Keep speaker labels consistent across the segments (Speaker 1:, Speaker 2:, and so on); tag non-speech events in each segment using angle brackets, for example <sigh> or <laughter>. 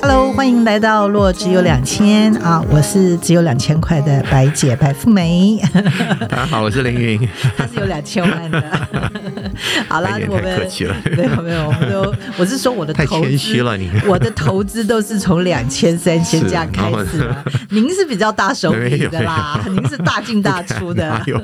Speaker 1: Hello，欢迎来到《若只有两千》啊，我是只有两千块的白姐白富美， <laughs>
Speaker 2: 大家好，我是凌云。
Speaker 1: 她是有两千万
Speaker 2: <laughs>
Speaker 1: 的。好啦
Speaker 2: 白姐，
Speaker 1: 我们
Speaker 2: 太客气了
Speaker 1: <laughs> 没有没有，我们都我是说我的
Speaker 2: 太
Speaker 1: 投资
Speaker 2: 谦虚了你
Speaker 1: 我的投资都是从两千三千
Speaker 2: 是
Speaker 1: 这样开
Speaker 2: 然后
Speaker 1: 始啊。您是比较大手笔的啦，
Speaker 2: 没有没有
Speaker 1: 您是大进大出
Speaker 2: <laughs>
Speaker 1: 的 <laughs>
Speaker 2: 哪有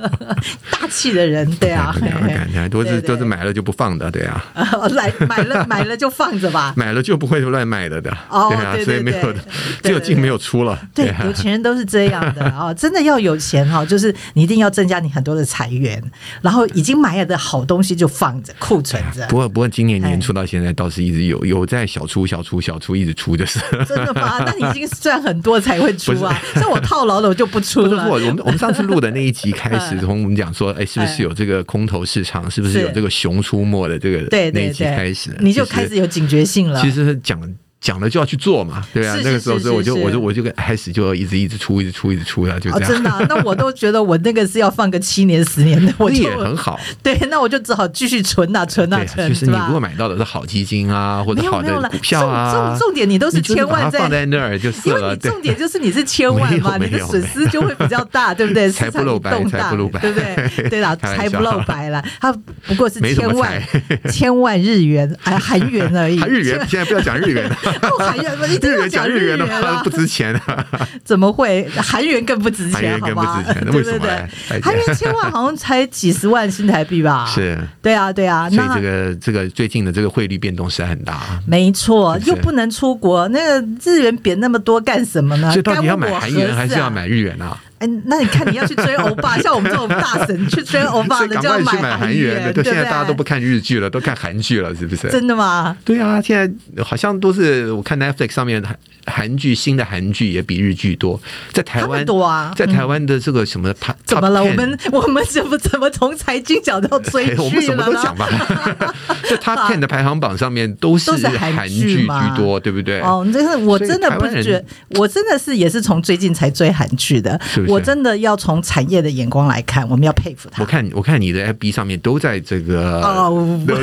Speaker 1: 大气的人，对啊，
Speaker 2: 不敢不敢不敢都
Speaker 1: 对
Speaker 2: 是
Speaker 1: 对
Speaker 2: 都是买了就不放的，对啊，
Speaker 1: <laughs> 来买了买了就放着吧。
Speaker 2: 买了就不会乱卖的的，
Speaker 1: 哦
Speaker 2: 啊，
Speaker 1: 对对
Speaker 2: 所以没有
Speaker 1: 对
Speaker 2: 的
Speaker 1: 对，
Speaker 2: 只有
Speaker 1: 对
Speaker 2: 进没有出了，
Speaker 1: <laughs> 对，
Speaker 2: 啊
Speaker 1: 有，钱人都是这样的哦，真的要有钱哈、哦，就是你一定要增加你很多的财源，然后已经买了的好东西就放着库存着。
Speaker 2: 不过不过今年
Speaker 1: 哎
Speaker 2: 年初到现在倒是一直有有在小出小出小出一直
Speaker 1: <laughs>
Speaker 2: 出就是。
Speaker 1: 真的
Speaker 2: <laughs>
Speaker 1: 吗？那你已经赚很多才会出啊，像我套牢了我就不出
Speaker 2: 不是
Speaker 1: 了
Speaker 2: 我，。我们我们上次录的那一集
Speaker 1: <laughs>
Speaker 2: 开始，从我们讲说，哎，是不是有这个空头市场？是不是
Speaker 1: 是
Speaker 2: 有这个熊出没的这个
Speaker 1: 对
Speaker 2: 那
Speaker 1: 对
Speaker 2: 一集
Speaker 1: 对，
Speaker 2: 开始？
Speaker 1: 你就
Speaker 2: 其实
Speaker 1: 开始有警觉性了。
Speaker 2: 其实讲讲了就要去做嘛，对啊，
Speaker 1: 是
Speaker 2: 那个
Speaker 1: 是
Speaker 2: 时候
Speaker 1: 是
Speaker 2: 所以我
Speaker 1: 是
Speaker 2: 就我
Speaker 1: 是
Speaker 2: 就我就开始就一直一直出一直出一直出了，就
Speaker 1: 哦，
Speaker 2: 这样，
Speaker 1: 真的啊、那我都觉得我那个是要放个七年十年哦的，我
Speaker 2: <laughs> 那
Speaker 1: 就
Speaker 2: 也很好。
Speaker 1: 对，那我就只好继续存啊存啊
Speaker 2: 对，
Speaker 1: 存，
Speaker 2: 就是
Speaker 1: 是
Speaker 2: 你
Speaker 1: 吧
Speaker 2: 如果买到的是好基金啊，或
Speaker 1: 没
Speaker 2: 者
Speaker 1: 有
Speaker 2: 好
Speaker 1: 没有
Speaker 2: 的
Speaker 1: 啦
Speaker 2: 股票
Speaker 1: 重
Speaker 2: 啊，
Speaker 1: 重重点你都是
Speaker 2: 你就
Speaker 1: 千
Speaker 2: 把
Speaker 1: 万
Speaker 2: 它
Speaker 1: 在
Speaker 2: 放在那儿就是
Speaker 1: 因为
Speaker 2: 了，
Speaker 1: 你
Speaker 2: 对
Speaker 1: 重点就是你是千万嘛，
Speaker 2: <laughs> 没
Speaker 1: 你
Speaker 2: 有
Speaker 1: 的损失
Speaker 2: 没有
Speaker 1: 就会比较大，对不对？
Speaker 2: 财
Speaker 1: 市场
Speaker 2: 不露白
Speaker 1: 动
Speaker 2: 财
Speaker 1: 荡，
Speaker 2: 不露白
Speaker 1: 对不
Speaker 2: <laughs>
Speaker 1: 对？对啦，
Speaker 2: 开玩
Speaker 1: 财
Speaker 2: 笑
Speaker 1: 不露白啦，它不过是
Speaker 2: 没什
Speaker 1: 千
Speaker 2: 么
Speaker 1: 万
Speaker 2: <laughs> 财
Speaker 1: 千万日元哎韩元而已，
Speaker 2: 啊，
Speaker 1: <laughs>
Speaker 2: 日元现在不要讲日元了，
Speaker 1: 不韩
Speaker 2: <laughs>
Speaker 1: 元，你
Speaker 2: 日
Speaker 1: 真的
Speaker 2: 元
Speaker 1: 讲
Speaker 2: 讲日
Speaker 1: 元
Speaker 2: 元的话
Speaker 1: 啦
Speaker 2: <laughs> 不？值钱啊，
Speaker 1: 怎么会？韩元更不值钱，
Speaker 2: 韩元
Speaker 1: 好
Speaker 2: 更不
Speaker 1: 吧？
Speaker 2: 值钱那
Speaker 1: 对
Speaker 2: 为什
Speaker 1: <laughs> 对
Speaker 2: 么
Speaker 1: 对
Speaker 2: 嘞白，姐
Speaker 1: 韩元千万好像才几十万新台币吧？，
Speaker 2: <laughs> 是。
Speaker 1: 对啊，对啊，
Speaker 2: 所以
Speaker 1: 那
Speaker 2: 这个这个最近的这个汇率变动是很大，啊
Speaker 1: 没错，
Speaker 2: 是不
Speaker 1: 又
Speaker 2: 是
Speaker 1: 不能出国，那个日元贬那么多干什么呢？
Speaker 2: 所以到底要
Speaker 1: 干啊
Speaker 2: 买
Speaker 1: 我
Speaker 2: 韩
Speaker 1: 何
Speaker 2: 元还
Speaker 1: 事
Speaker 2: 是要
Speaker 1: 啊
Speaker 2: 买日元啊？
Speaker 1: 哎，那你看你要去追欧巴，
Speaker 2: <laughs>
Speaker 1: 像我们这种大神去追欧巴
Speaker 2: 所以
Speaker 1: 的
Speaker 2: 赶
Speaker 1: 啊就要
Speaker 2: 快去买
Speaker 1: 韩
Speaker 2: 韩元的，
Speaker 1: 对
Speaker 2: 对，
Speaker 1: 不
Speaker 2: 现在大家都
Speaker 1: 对
Speaker 2: 不看日剧了，都看韩剧了，是不是？
Speaker 1: 真的吗？
Speaker 2: 对啊，现在好像都是我看 Netflix 上面韩韩剧，新的韩剧也比日剧多，在台
Speaker 1: 他
Speaker 2: 湾
Speaker 1: 们多啊嗯
Speaker 2: 在台湾的这个什么 top
Speaker 1: 怎么了？
Speaker 2: top
Speaker 1: 我
Speaker 2: 10
Speaker 1: 们我们怎么怎么从财经角到追
Speaker 2: <laughs> 哎，我们
Speaker 1: 剧
Speaker 2: 什么
Speaker 1: 了
Speaker 2: 都
Speaker 1: 呢
Speaker 2: 讲？吧，
Speaker 1: <laughs>
Speaker 2: 在 Top Ten 的排行榜上面都是
Speaker 1: 都是韩
Speaker 2: 韩
Speaker 1: 剧
Speaker 2: 剧
Speaker 1: 嘛
Speaker 2: 居多，对不对？
Speaker 1: 哦，真是我
Speaker 2: 所以
Speaker 1: 真的
Speaker 2: 台
Speaker 1: 不
Speaker 2: 湾人
Speaker 1: 觉，我真的是也是从最近才追韩剧的。
Speaker 2: 是不是
Speaker 1: 我真的要从产业的眼光来看，我们要佩服他
Speaker 2: 我。看我看你的 FB 上面都在这个 <laughs>
Speaker 1: 哦 <laughs>
Speaker 2: 都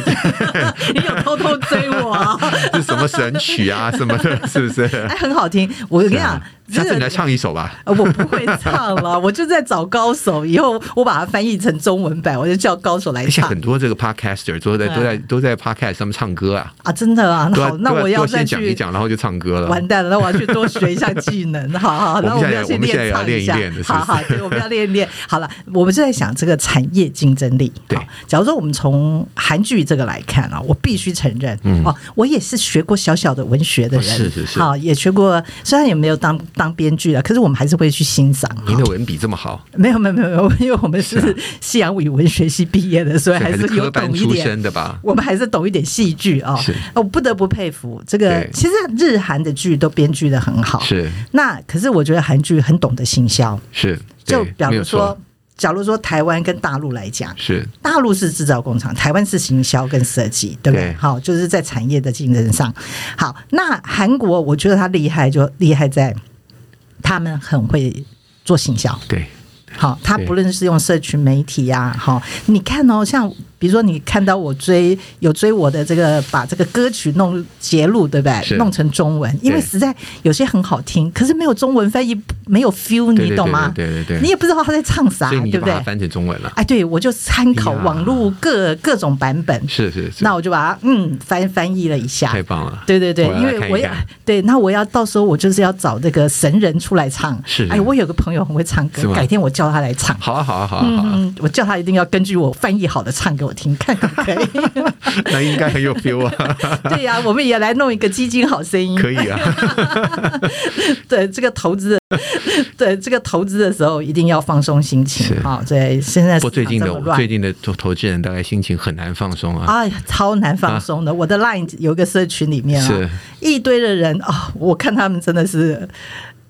Speaker 1: 你有偷偷追我、啊，
Speaker 2: <laughs> 是什么神曲啊什
Speaker 1: <laughs>
Speaker 2: 么的，是不是？
Speaker 1: 哎，很好听。我跟你
Speaker 2: 对
Speaker 1: 讲
Speaker 2: 啊，
Speaker 1: 真
Speaker 2: 下次
Speaker 1: 的。
Speaker 2: 你来唱一首吧。
Speaker 1: 呃我不会唱了，我就在找高手。以后我把它翻译成中文版，我就叫高手来
Speaker 2: 而且
Speaker 1: 唱
Speaker 2: 哎很多这个 podcaster 都
Speaker 1: 哎
Speaker 2: 在都在都在 podcast 上面唱歌啊，
Speaker 1: 啊！真的啊，
Speaker 2: 都
Speaker 1: <laughs>
Speaker 2: 要
Speaker 1: 好，那
Speaker 2: 都
Speaker 1: 我
Speaker 2: 都
Speaker 1: 要
Speaker 2: 先
Speaker 1: 再
Speaker 2: 讲一
Speaker 1: 去。
Speaker 2: 讲，然后就唱歌了。
Speaker 1: 完蛋了，那我要去多学一项技能。好好，那
Speaker 2: 我
Speaker 1: 们
Speaker 2: 们现在
Speaker 1: 要去
Speaker 2: 我们现在
Speaker 1: 练
Speaker 2: 也要
Speaker 1: 唱一下。
Speaker 2: 练一练的是不
Speaker 1: 好
Speaker 2: 是
Speaker 1: 好，对，我们要练一练。好了，我们就在想这个产业竞争力。
Speaker 2: 对
Speaker 1: 好，假如说我们从韩剧这个来看啊，我必须承认，哦，我也是学过小小的文学的人，
Speaker 2: 嗯哦是是是
Speaker 1: 好，也学过，虽然也没有当当编剧了，可是我们还是会去欣赏。哈
Speaker 2: 您的文笔这么好，
Speaker 1: 没有没有没有没有，因为我们是西洋语文学系毕业的，所以
Speaker 2: 所
Speaker 1: <laughs> 还
Speaker 2: 以还
Speaker 1: 是
Speaker 2: 是
Speaker 1: 有
Speaker 2: 科班
Speaker 1: 懂一
Speaker 2: 出
Speaker 1: 点。
Speaker 2: 身的吧？
Speaker 1: 我们还是懂一点戏剧啊
Speaker 2: 是，
Speaker 1: 我不得不佩服这个
Speaker 2: 对。
Speaker 1: 其实日韩的剧都编剧的很好，
Speaker 2: 是
Speaker 1: 那可是我觉得韩剧很懂得行销，
Speaker 2: 是，
Speaker 1: 就
Speaker 2: 对
Speaker 1: 比
Speaker 2: 没
Speaker 1: 如
Speaker 2: 有
Speaker 1: 说
Speaker 2: 错，，
Speaker 1: 假如说台湾跟大陆来讲，
Speaker 2: 是
Speaker 1: 大陆是制造工厂，台湾是行销跟设计，对不对？
Speaker 2: 对
Speaker 1: 好，就是在产业的竞争上。好，那韩国我觉得它厉害，就厉害在他们很会做行销。
Speaker 2: 对，
Speaker 1: 好，他
Speaker 2: 对
Speaker 1: 不论是用社群媒体呀、好，你看哦，像比如说你看到我追有追我的这个，把这个歌曲弄截录，对不对？
Speaker 2: 是
Speaker 1: 弄成中文，因为
Speaker 2: 对
Speaker 1: 实在有些很好听，可是没有中文翻译，没有 feel，
Speaker 2: 对
Speaker 1: 你
Speaker 2: 对
Speaker 1: 懂
Speaker 2: 对
Speaker 1: 吗？
Speaker 2: 对对对
Speaker 1: 你也不知道他在唱啥，
Speaker 2: 所以你
Speaker 1: 啊对
Speaker 2: 就
Speaker 1: 不
Speaker 2: 把它
Speaker 1: 对？
Speaker 2: 翻成中文了。
Speaker 1: 哎，对，我就参考
Speaker 2: 哎呀
Speaker 1: 网络各、各种版本，
Speaker 2: 是是是，
Speaker 1: 那我就把它嗯翻翻译了一下，
Speaker 2: 太棒了。
Speaker 1: 对对对，
Speaker 2: 我要
Speaker 1: 因
Speaker 2: 来
Speaker 1: 为
Speaker 2: 看
Speaker 1: 我
Speaker 2: 一
Speaker 1: 要
Speaker 2: 看
Speaker 1: 对，那我要到时候我就是要找这个神人出来唱。
Speaker 2: 是
Speaker 1: 哎，我有个朋友很会唱歌
Speaker 2: 是，吗
Speaker 1: 改天我叫他来唱。
Speaker 2: 好啊好啊好啊好啊，
Speaker 1: 嗯，我叫他一定要根据我翻译好的唱给我听，看可不可
Speaker 2: <laughs>
Speaker 1: 以？
Speaker 2: 那应该很有 feel 啊，
Speaker 1: <laughs> 对呀、我们也来弄一个基金好声音。
Speaker 2: 可以啊。
Speaker 1: <laughs> 对这个投资 <laughs> 的，对这个投资的时候一定要放松心情
Speaker 2: 是
Speaker 1: 啊、对，现在
Speaker 2: 不过最
Speaker 1: 市
Speaker 2: 近
Speaker 1: 场这么
Speaker 2: 的
Speaker 1: 乱
Speaker 2: 最近的投投资人大概心情很难放松啊。
Speaker 1: 哎呀，超难放松的。我的 Line 有一个社群里面啊
Speaker 2: 是，
Speaker 1: 一堆的人啊、我看他们真的是。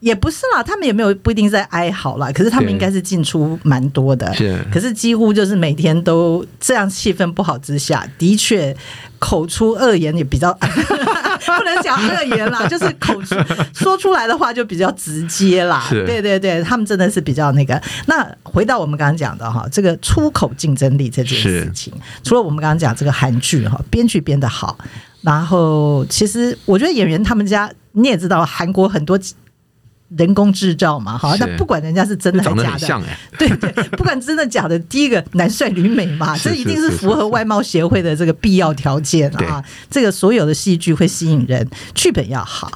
Speaker 1: 也不是啦，他们也没有不一定在哀嚎啦，可是他们
Speaker 2: 对
Speaker 1: 应该是进出蛮多的。
Speaker 2: 是
Speaker 1: 可是几乎就是每天都这样，气氛不好之下，的确口出恶言也比较， <laughs> 不能讲恶言啦，就是口出说出来的话就比较直接啦。
Speaker 2: 是
Speaker 1: 对对对，他们真的是比较那个。那回到我们刚刚讲的哈，这个出口竞争力这件事情，除了我们刚刚讲这个韩剧哈，编剧编得好，然后其实我觉得演员他们家你也知道，韩国很多。人工制造嘛，哈，
Speaker 2: 是
Speaker 1: 那不管人家是真的还
Speaker 2: 长
Speaker 1: 是
Speaker 2: 得
Speaker 1: 假
Speaker 2: 很
Speaker 1: 的
Speaker 2: 像，哎、
Speaker 1: <laughs> 对对，不管真的假的，第一个男帅女美嘛，
Speaker 2: 是
Speaker 1: 这一定
Speaker 2: 是
Speaker 1: 是
Speaker 2: 是
Speaker 1: 符合外贸协会的这个必要条件啊。这个所有的戏剧会吸引人，剧本要好，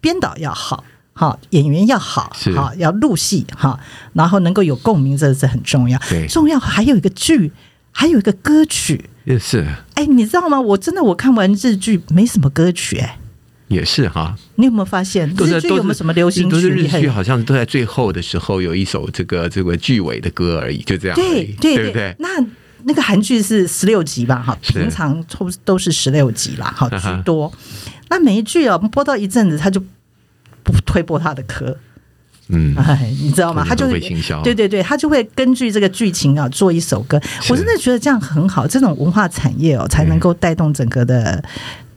Speaker 1: 编导要好。好，演员要好，
Speaker 2: 是
Speaker 1: 好要入戏哈，然后能够有共鸣，这是很重要
Speaker 2: 对。
Speaker 1: 重要还有一个剧，还有一个歌曲。
Speaker 2: 也是
Speaker 1: 哎，你知道吗？我真的我看完日剧没什么歌曲哎、
Speaker 2: 也是哈，
Speaker 1: 你有没有发现
Speaker 2: 都是
Speaker 1: 日剧
Speaker 2: 都
Speaker 1: 有
Speaker 2: 是
Speaker 1: 没有什么流行曲？
Speaker 2: 都是日
Speaker 1: 你很
Speaker 2: 剧，好像都在最后的时候有一首这个这个句尾的歌而已，就这样而
Speaker 1: 对
Speaker 2: 已，
Speaker 1: 对
Speaker 2: 不对？
Speaker 1: 那那个韩剧是十六集吧？哈，
Speaker 2: 是
Speaker 1: 平常都都是十六集啦，好
Speaker 2: 啊哈
Speaker 1: 居多。那每一剧啊，播到一阵子，他就不推播他的歌，<laughs>
Speaker 2: 嗯，
Speaker 1: 哎，你知道吗？
Speaker 2: 可能
Speaker 1: 他就
Speaker 2: 会
Speaker 1: 是
Speaker 2: 行销
Speaker 1: 对对对，他就会根据这个剧情啊做一首歌。
Speaker 2: 是
Speaker 1: 我真的觉得这样很好，这种文化产业哦，才能够带动整个的。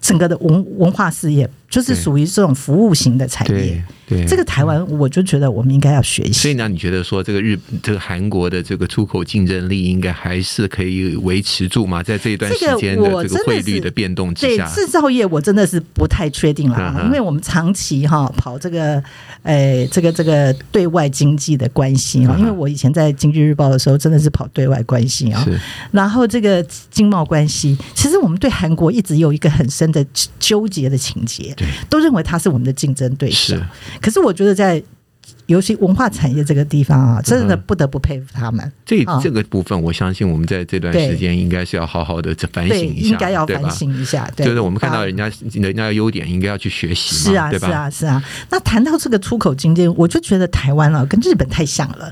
Speaker 1: 整个的文文化事业就是
Speaker 2: 对
Speaker 1: 属于这种服务型的产业
Speaker 2: 对，对，嗯
Speaker 1: 这个台湾我就觉得我们应该要学
Speaker 2: 所
Speaker 1: 习。
Speaker 2: 以呢，你觉得说这个日这个韩国的这个出口竞争力应该还是可以维持住吗？在这一段时间
Speaker 1: 这个
Speaker 2: 的
Speaker 1: 我
Speaker 2: 这个
Speaker 1: 真的
Speaker 2: 汇
Speaker 1: 是
Speaker 2: 率的变动之
Speaker 1: 对
Speaker 2: 下，
Speaker 1: 制造业，我真的是不太确定啦，
Speaker 2: 嗯哼
Speaker 1: 因为我们长期哈跑这个，诶、这个这个对外经济的关系啊
Speaker 2: 嗯，哼
Speaker 1: 因为我以前在经济日报的时候，真的是跑对外关系啊，
Speaker 2: 是
Speaker 1: 然后这个经贸关系，其实我们对韩国一直有一个很深的纠结的情节
Speaker 2: 对，
Speaker 1: 都认为它是我们的竞争对手
Speaker 2: 是。
Speaker 1: 可是我觉得在尤其文化产业这个地方啊，真
Speaker 2: 嗯
Speaker 1: 的不得不佩服他们。
Speaker 2: 这
Speaker 1: 啊
Speaker 2: 这个部分，我相信我们在这段时间应该是要好好的反
Speaker 1: 对，
Speaker 2: 省一下，
Speaker 1: 应该要
Speaker 2: 对吧
Speaker 1: 反。省一下。对，
Speaker 2: 就是我们看到
Speaker 1: 啊
Speaker 2: 人家人家的优点，应该要去学习嘛，
Speaker 1: 是啊，
Speaker 2: 对
Speaker 1: 是
Speaker 2: 吧？
Speaker 1: 啊，是啊。那谈到这个出口经济，我就觉得台湾啊跟日本太像了，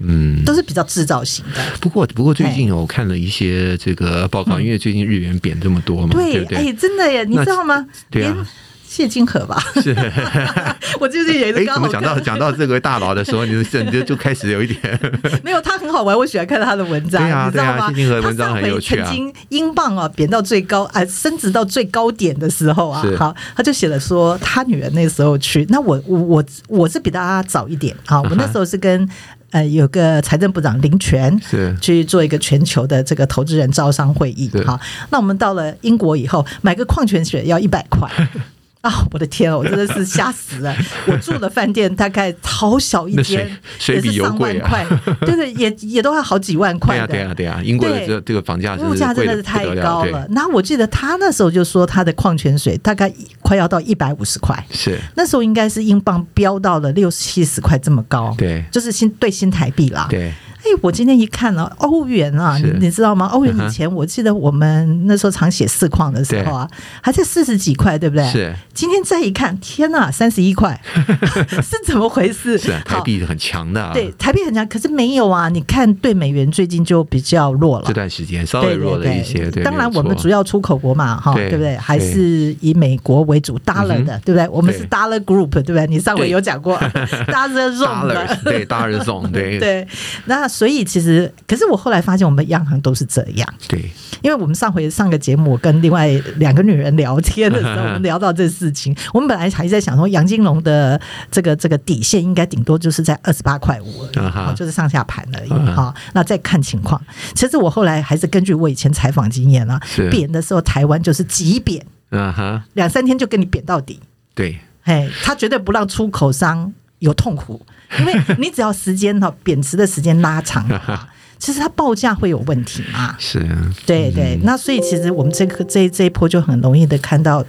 Speaker 2: 嗯，
Speaker 1: 都是比较制造型的。
Speaker 2: 不过不过最近我看了一些这个报告，因为最近日元贬这么多嘛，嗯对
Speaker 1: 嗯对，
Speaker 2: 不
Speaker 1: 哎、
Speaker 2: 对？
Speaker 1: 真的耶，你
Speaker 2: 那
Speaker 1: 知道吗？
Speaker 2: 对啊
Speaker 1: 连谢金河吧，
Speaker 2: 是
Speaker 1: <laughs> 我最近也
Speaker 2: 哎
Speaker 1: 是，刚
Speaker 2: 怎
Speaker 1: 好
Speaker 2: 么讲到
Speaker 1: 看
Speaker 2: 讲到这个大佬的时候，你就你就就开始有一点 <laughs>
Speaker 1: 没有，他很好玩，我喜欢看他的文章，
Speaker 2: 对啊
Speaker 1: 你知道吗？
Speaker 2: 对啊谢金河的文章
Speaker 1: 他上
Speaker 2: 很有
Speaker 1: 回
Speaker 2: 趣啊
Speaker 1: 曾经英镑啊贬到最高，啊升值到最高点的时候啊
Speaker 2: 是，
Speaker 1: 好，他就写了说他女儿那时候去，那我我我我是比他早一点啊，我那时候是跟呃有个财政部长林权
Speaker 2: 是
Speaker 1: 去做一个全球的这个投资人招商会议
Speaker 2: 是
Speaker 1: 好，那我们到了英国以后，买个矿泉水要一百
Speaker 2: <laughs>
Speaker 1: 块。啊、我的天啊，我真的是吓死了！我住的饭店大概好小一
Speaker 2: <laughs> 那
Speaker 1: 间，
Speaker 2: 水
Speaker 1: 也
Speaker 2: 水
Speaker 1: 是
Speaker 2: 比油
Speaker 1: 上万
Speaker 2: 贵啊
Speaker 1: 块， <laughs> 对对，也也都要好几万
Speaker 2: <laughs> 对
Speaker 1: 块
Speaker 2: 呀
Speaker 1: 的。
Speaker 2: 对啊呀对呀，英国的这这个房价
Speaker 1: 物价真
Speaker 2: 是贵
Speaker 1: 的
Speaker 2: 的
Speaker 1: 是太
Speaker 2: 不得
Speaker 1: 高
Speaker 2: 对
Speaker 1: 了，那我记得他那时候就说他的矿泉水大概一快要到一百五十块，
Speaker 2: 是
Speaker 1: 那时候应该是英镑飙到了六七十块这么高，
Speaker 2: 对
Speaker 1: 就是新对新台币啦。
Speaker 2: 对
Speaker 1: 哎，我今天一看了、欧元啊，你
Speaker 2: 是
Speaker 1: 你知道吗？欧元
Speaker 2: 嗯哼
Speaker 1: 以前我记得我们那时候常写四矿的时候啊，还在四十几块，对不对？
Speaker 2: 是。
Speaker 1: 今天再一看，天呐，三十一
Speaker 2: <laughs>
Speaker 1: 块， <laughs> 是怎么回事？
Speaker 2: 是啊，台
Speaker 1: 好
Speaker 2: 币是很强的啊，
Speaker 1: 对，台币很强，可是没有啊。你看，对美元最近就比较弱
Speaker 2: 这
Speaker 1: 了。
Speaker 2: 段时间稍微
Speaker 1: 对
Speaker 2: 弱
Speaker 1: 对
Speaker 2: 了一些，
Speaker 1: 对，
Speaker 2: 对，
Speaker 1: 当然
Speaker 2: 没有
Speaker 1: 我们
Speaker 2: 错
Speaker 1: 主要出口国嘛，哈，
Speaker 2: 对
Speaker 1: 对不对？
Speaker 2: 对嗯
Speaker 1: 还是以美国为主，dollar 的，对不对？我们
Speaker 2: 对
Speaker 1: 是 dollar group，对不对？你上回
Speaker 2: 对
Speaker 1: 有
Speaker 2: <laughs>
Speaker 1: 讲过 dollar zone 的
Speaker 2: dollars，对 dollars zone，
Speaker 1: <laughs>
Speaker 2: 对
Speaker 1: 对，那所以其实，可是我后来发现，我们央行都是这样，
Speaker 2: 对
Speaker 1: 因为我们上回上个节目，我跟另外两个女人聊天的时候，我们聊到这事情，我们本来还在想说，杨金龙的这个这个底线应该顶多就是在二十八块五而已，
Speaker 2: <laughs> 啊哈
Speaker 1: 哦就是上下盘而已
Speaker 2: 啊哈
Speaker 1: 哈、那再看情况。其实我后来还是根据我以前采访经验啊
Speaker 2: 是，
Speaker 1: 贬的时候台湾就是急贬，
Speaker 2: 嗯哈，
Speaker 1: 两三天就跟你贬到底。
Speaker 2: 对
Speaker 1: 哎，他绝对不让出口商有痛苦，因为你只要时间哈 <laughs> 贬值的时间拉长的
Speaker 2: <laughs>
Speaker 1: 话，其实它报价会有问题嘛。
Speaker 2: 是
Speaker 1: 对对，
Speaker 2: 嗯
Speaker 1: 那所以其实我们这个这这一波就很容易的看到，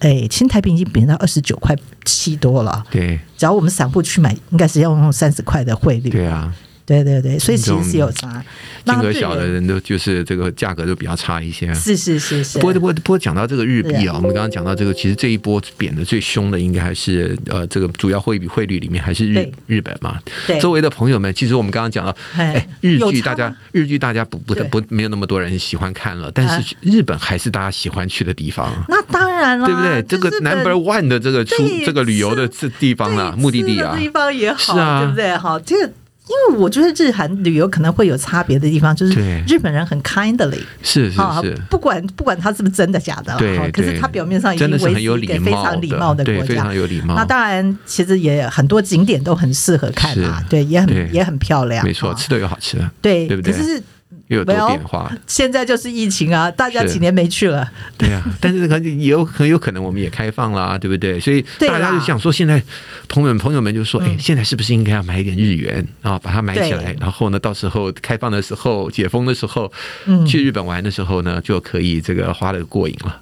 Speaker 1: 哎，新台币已经贬到二十九块七多了。
Speaker 2: 对
Speaker 1: 只要我们散户去买，应该是要用三十块的汇率。
Speaker 2: 对啊，
Speaker 1: 对对对，所以其实是有差。那
Speaker 2: 金额
Speaker 1: 日
Speaker 2: 小的
Speaker 1: 元
Speaker 2: 人都就是这个价格就比较差一些。啊
Speaker 1: 是是是是，
Speaker 2: 不过，不过，不过，讲到这个日币
Speaker 1: 是
Speaker 2: 啊，我们刚刚讲到这个，其实这一波贬的最凶的，应该还是呃，这个主要汇率汇率里面还是日
Speaker 1: 对
Speaker 2: 日本嘛。
Speaker 1: 对
Speaker 2: 周围的朋友们，其实我们刚刚讲到，
Speaker 1: 哎
Speaker 2: 哎，日
Speaker 1: 有
Speaker 2: 剧
Speaker 1: 差
Speaker 2: 大家
Speaker 1: 吗
Speaker 2: 日剧大家不不
Speaker 1: 对啊
Speaker 2: 不没有那么多人喜欢看了，但是日本还是大家喜欢去的地方。
Speaker 1: 那当然了，
Speaker 2: 对不对？
Speaker 1: 啊就
Speaker 2: 这个
Speaker 1: 日本
Speaker 2: number one 的这个出
Speaker 1: 对
Speaker 2: 这个旅游的
Speaker 1: 是
Speaker 2: 这地方啦，
Speaker 1: 对
Speaker 2: 目的地
Speaker 1: 吃
Speaker 2: 啊
Speaker 1: 的，地方也好，
Speaker 2: 是啊
Speaker 1: 对不对？哈，这个因为我觉得日韩旅游可能会有差别的地方，就是
Speaker 2: 对
Speaker 1: 日本人很 kindly。
Speaker 2: 是是
Speaker 1: 啊
Speaker 2: 是，，
Speaker 1: 不管不管他是不是真的假的啦，
Speaker 2: 对
Speaker 1: 哈可是
Speaker 2: 对
Speaker 1: 他表面上已经
Speaker 2: 真的是
Speaker 1: 维
Speaker 2: 很
Speaker 1: 持
Speaker 2: 有
Speaker 1: 一
Speaker 2: 礼
Speaker 1: 个
Speaker 2: 貌
Speaker 1: 非常礼貌的
Speaker 2: 对，
Speaker 1: 国
Speaker 2: 非
Speaker 1: 家
Speaker 2: 常。有礼貌。
Speaker 1: 那当然，其实也很多景点都很适合看啦，
Speaker 2: 是
Speaker 1: 对，也
Speaker 2: 对
Speaker 1: 很也很漂亮，
Speaker 2: 没错，
Speaker 1: 啊
Speaker 2: 吃的又好吃，
Speaker 1: 对，
Speaker 2: 对不对
Speaker 1: 可是
Speaker 2: 又有多
Speaker 1: Well，
Speaker 2: 变化，
Speaker 1: 现在就是疫情啊，大家
Speaker 2: 是
Speaker 1: 几年没去了，
Speaker 2: 对啊。但是可能也有很有可能我们也开放啦，对不对？所以
Speaker 1: 对
Speaker 2: 大
Speaker 1: 啦
Speaker 2: 家
Speaker 1: 嗯
Speaker 2: 就想说，现在朋友们朋友们就说，哎，现在是不是应该要买一点日元啊，把它买起来
Speaker 1: 对，
Speaker 2: 然后呢，到时候开放的时候、解封的时候
Speaker 1: 嗯，
Speaker 2: 去日本玩的时候呢，就可以这个花的过瘾了。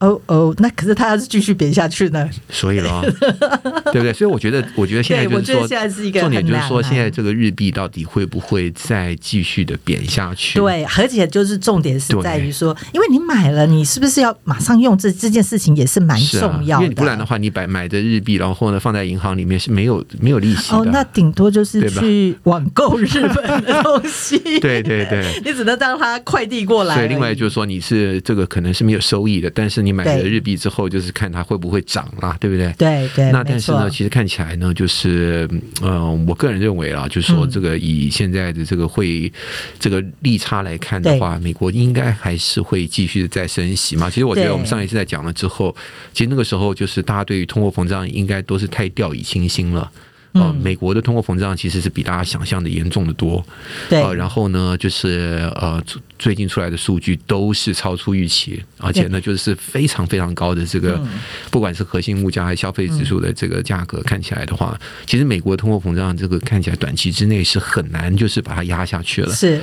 Speaker 1: 哦哦，那可是他要是继续贬下去呢？
Speaker 2: 所以
Speaker 1: <laughs>
Speaker 2: 咯，对不对？所以我觉得，我觉得现在
Speaker 1: 对
Speaker 2: 就
Speaker 1: 我
Speaker 2: 是
Speaker 1: 觉得
Speaker 2: 说，
Speaker 1: 现在是一个
Speaker 2: 重点
Speaker 1: 很
Speaker 2: 就是
Speaker 1: 难
Speaker 2: 说，
Speaker 1: 啊
Speaker 2: 现在这个日币到底会不会再继续的贬下去？
Speaker 1: 对，而且就是重点是
Speaker 2: 对
Speaker 1: 在于说，因为你买了，你是不是要马上用这这件事情也是蛮
Speaker 2: 是啊
Speaker 1: 重，要的。
Speaker 2: 因为你不然的话，你买买的日币，然后呢放在银行里面是没有没有利息的。
Speaker 1: 哦，那顶多就是
Speaker 2: 对吧
Speaker 1: 去网购日本的东西。
Speaker 2: <laughs> 对对对。
Speaker 1: 你只能让它快递过来而已。
Speaker 2: 所以，另外就是说，你是这个可能是没有收益的，但是你买了
Speaker 1: 对
Speaker 2: 日币之后，就是看它会不会涨啦，对不对？
Speaker 1: 对对，
Speaker 2: 那
Speaker 1: 没
Speaker 2: 但是
Speaker 1: 错
Speaker 2: 呢，其实看起来呢，就是嗯、呃我个人认为啊，就是说
Speaker 1: 嗯
Speaker 2: 这个以现在的这个汇这个利差来看的
Speaker 1: 对
Speaker 2: 话，美国应该还是会继续的再升息嘛。其实我觉得
Speaker 1: 对
Speaker 2: 我们上一次在讲了之后，其实那个时候就是大家对于通货膨胀应该都是太掉以轻心了。呃，
Speaker 1: 嗯
Speaker 2: 美国的通货膨胀其实是比大家想象的严重的多。
Speaker 1: 对，
Speaker 2: 呃，然后呢，就是呃，最最近出来的数据都是超出预期，而且呢，就是非常非常高的
Speaker 1: 嗯
Speaker 2: 这个，不管是核心物价还是消费指数的这个价格，看起来的话，其实美国通货膨胀这个看起来短期之内是很难就是把它压下去了。
Speaker 1: 是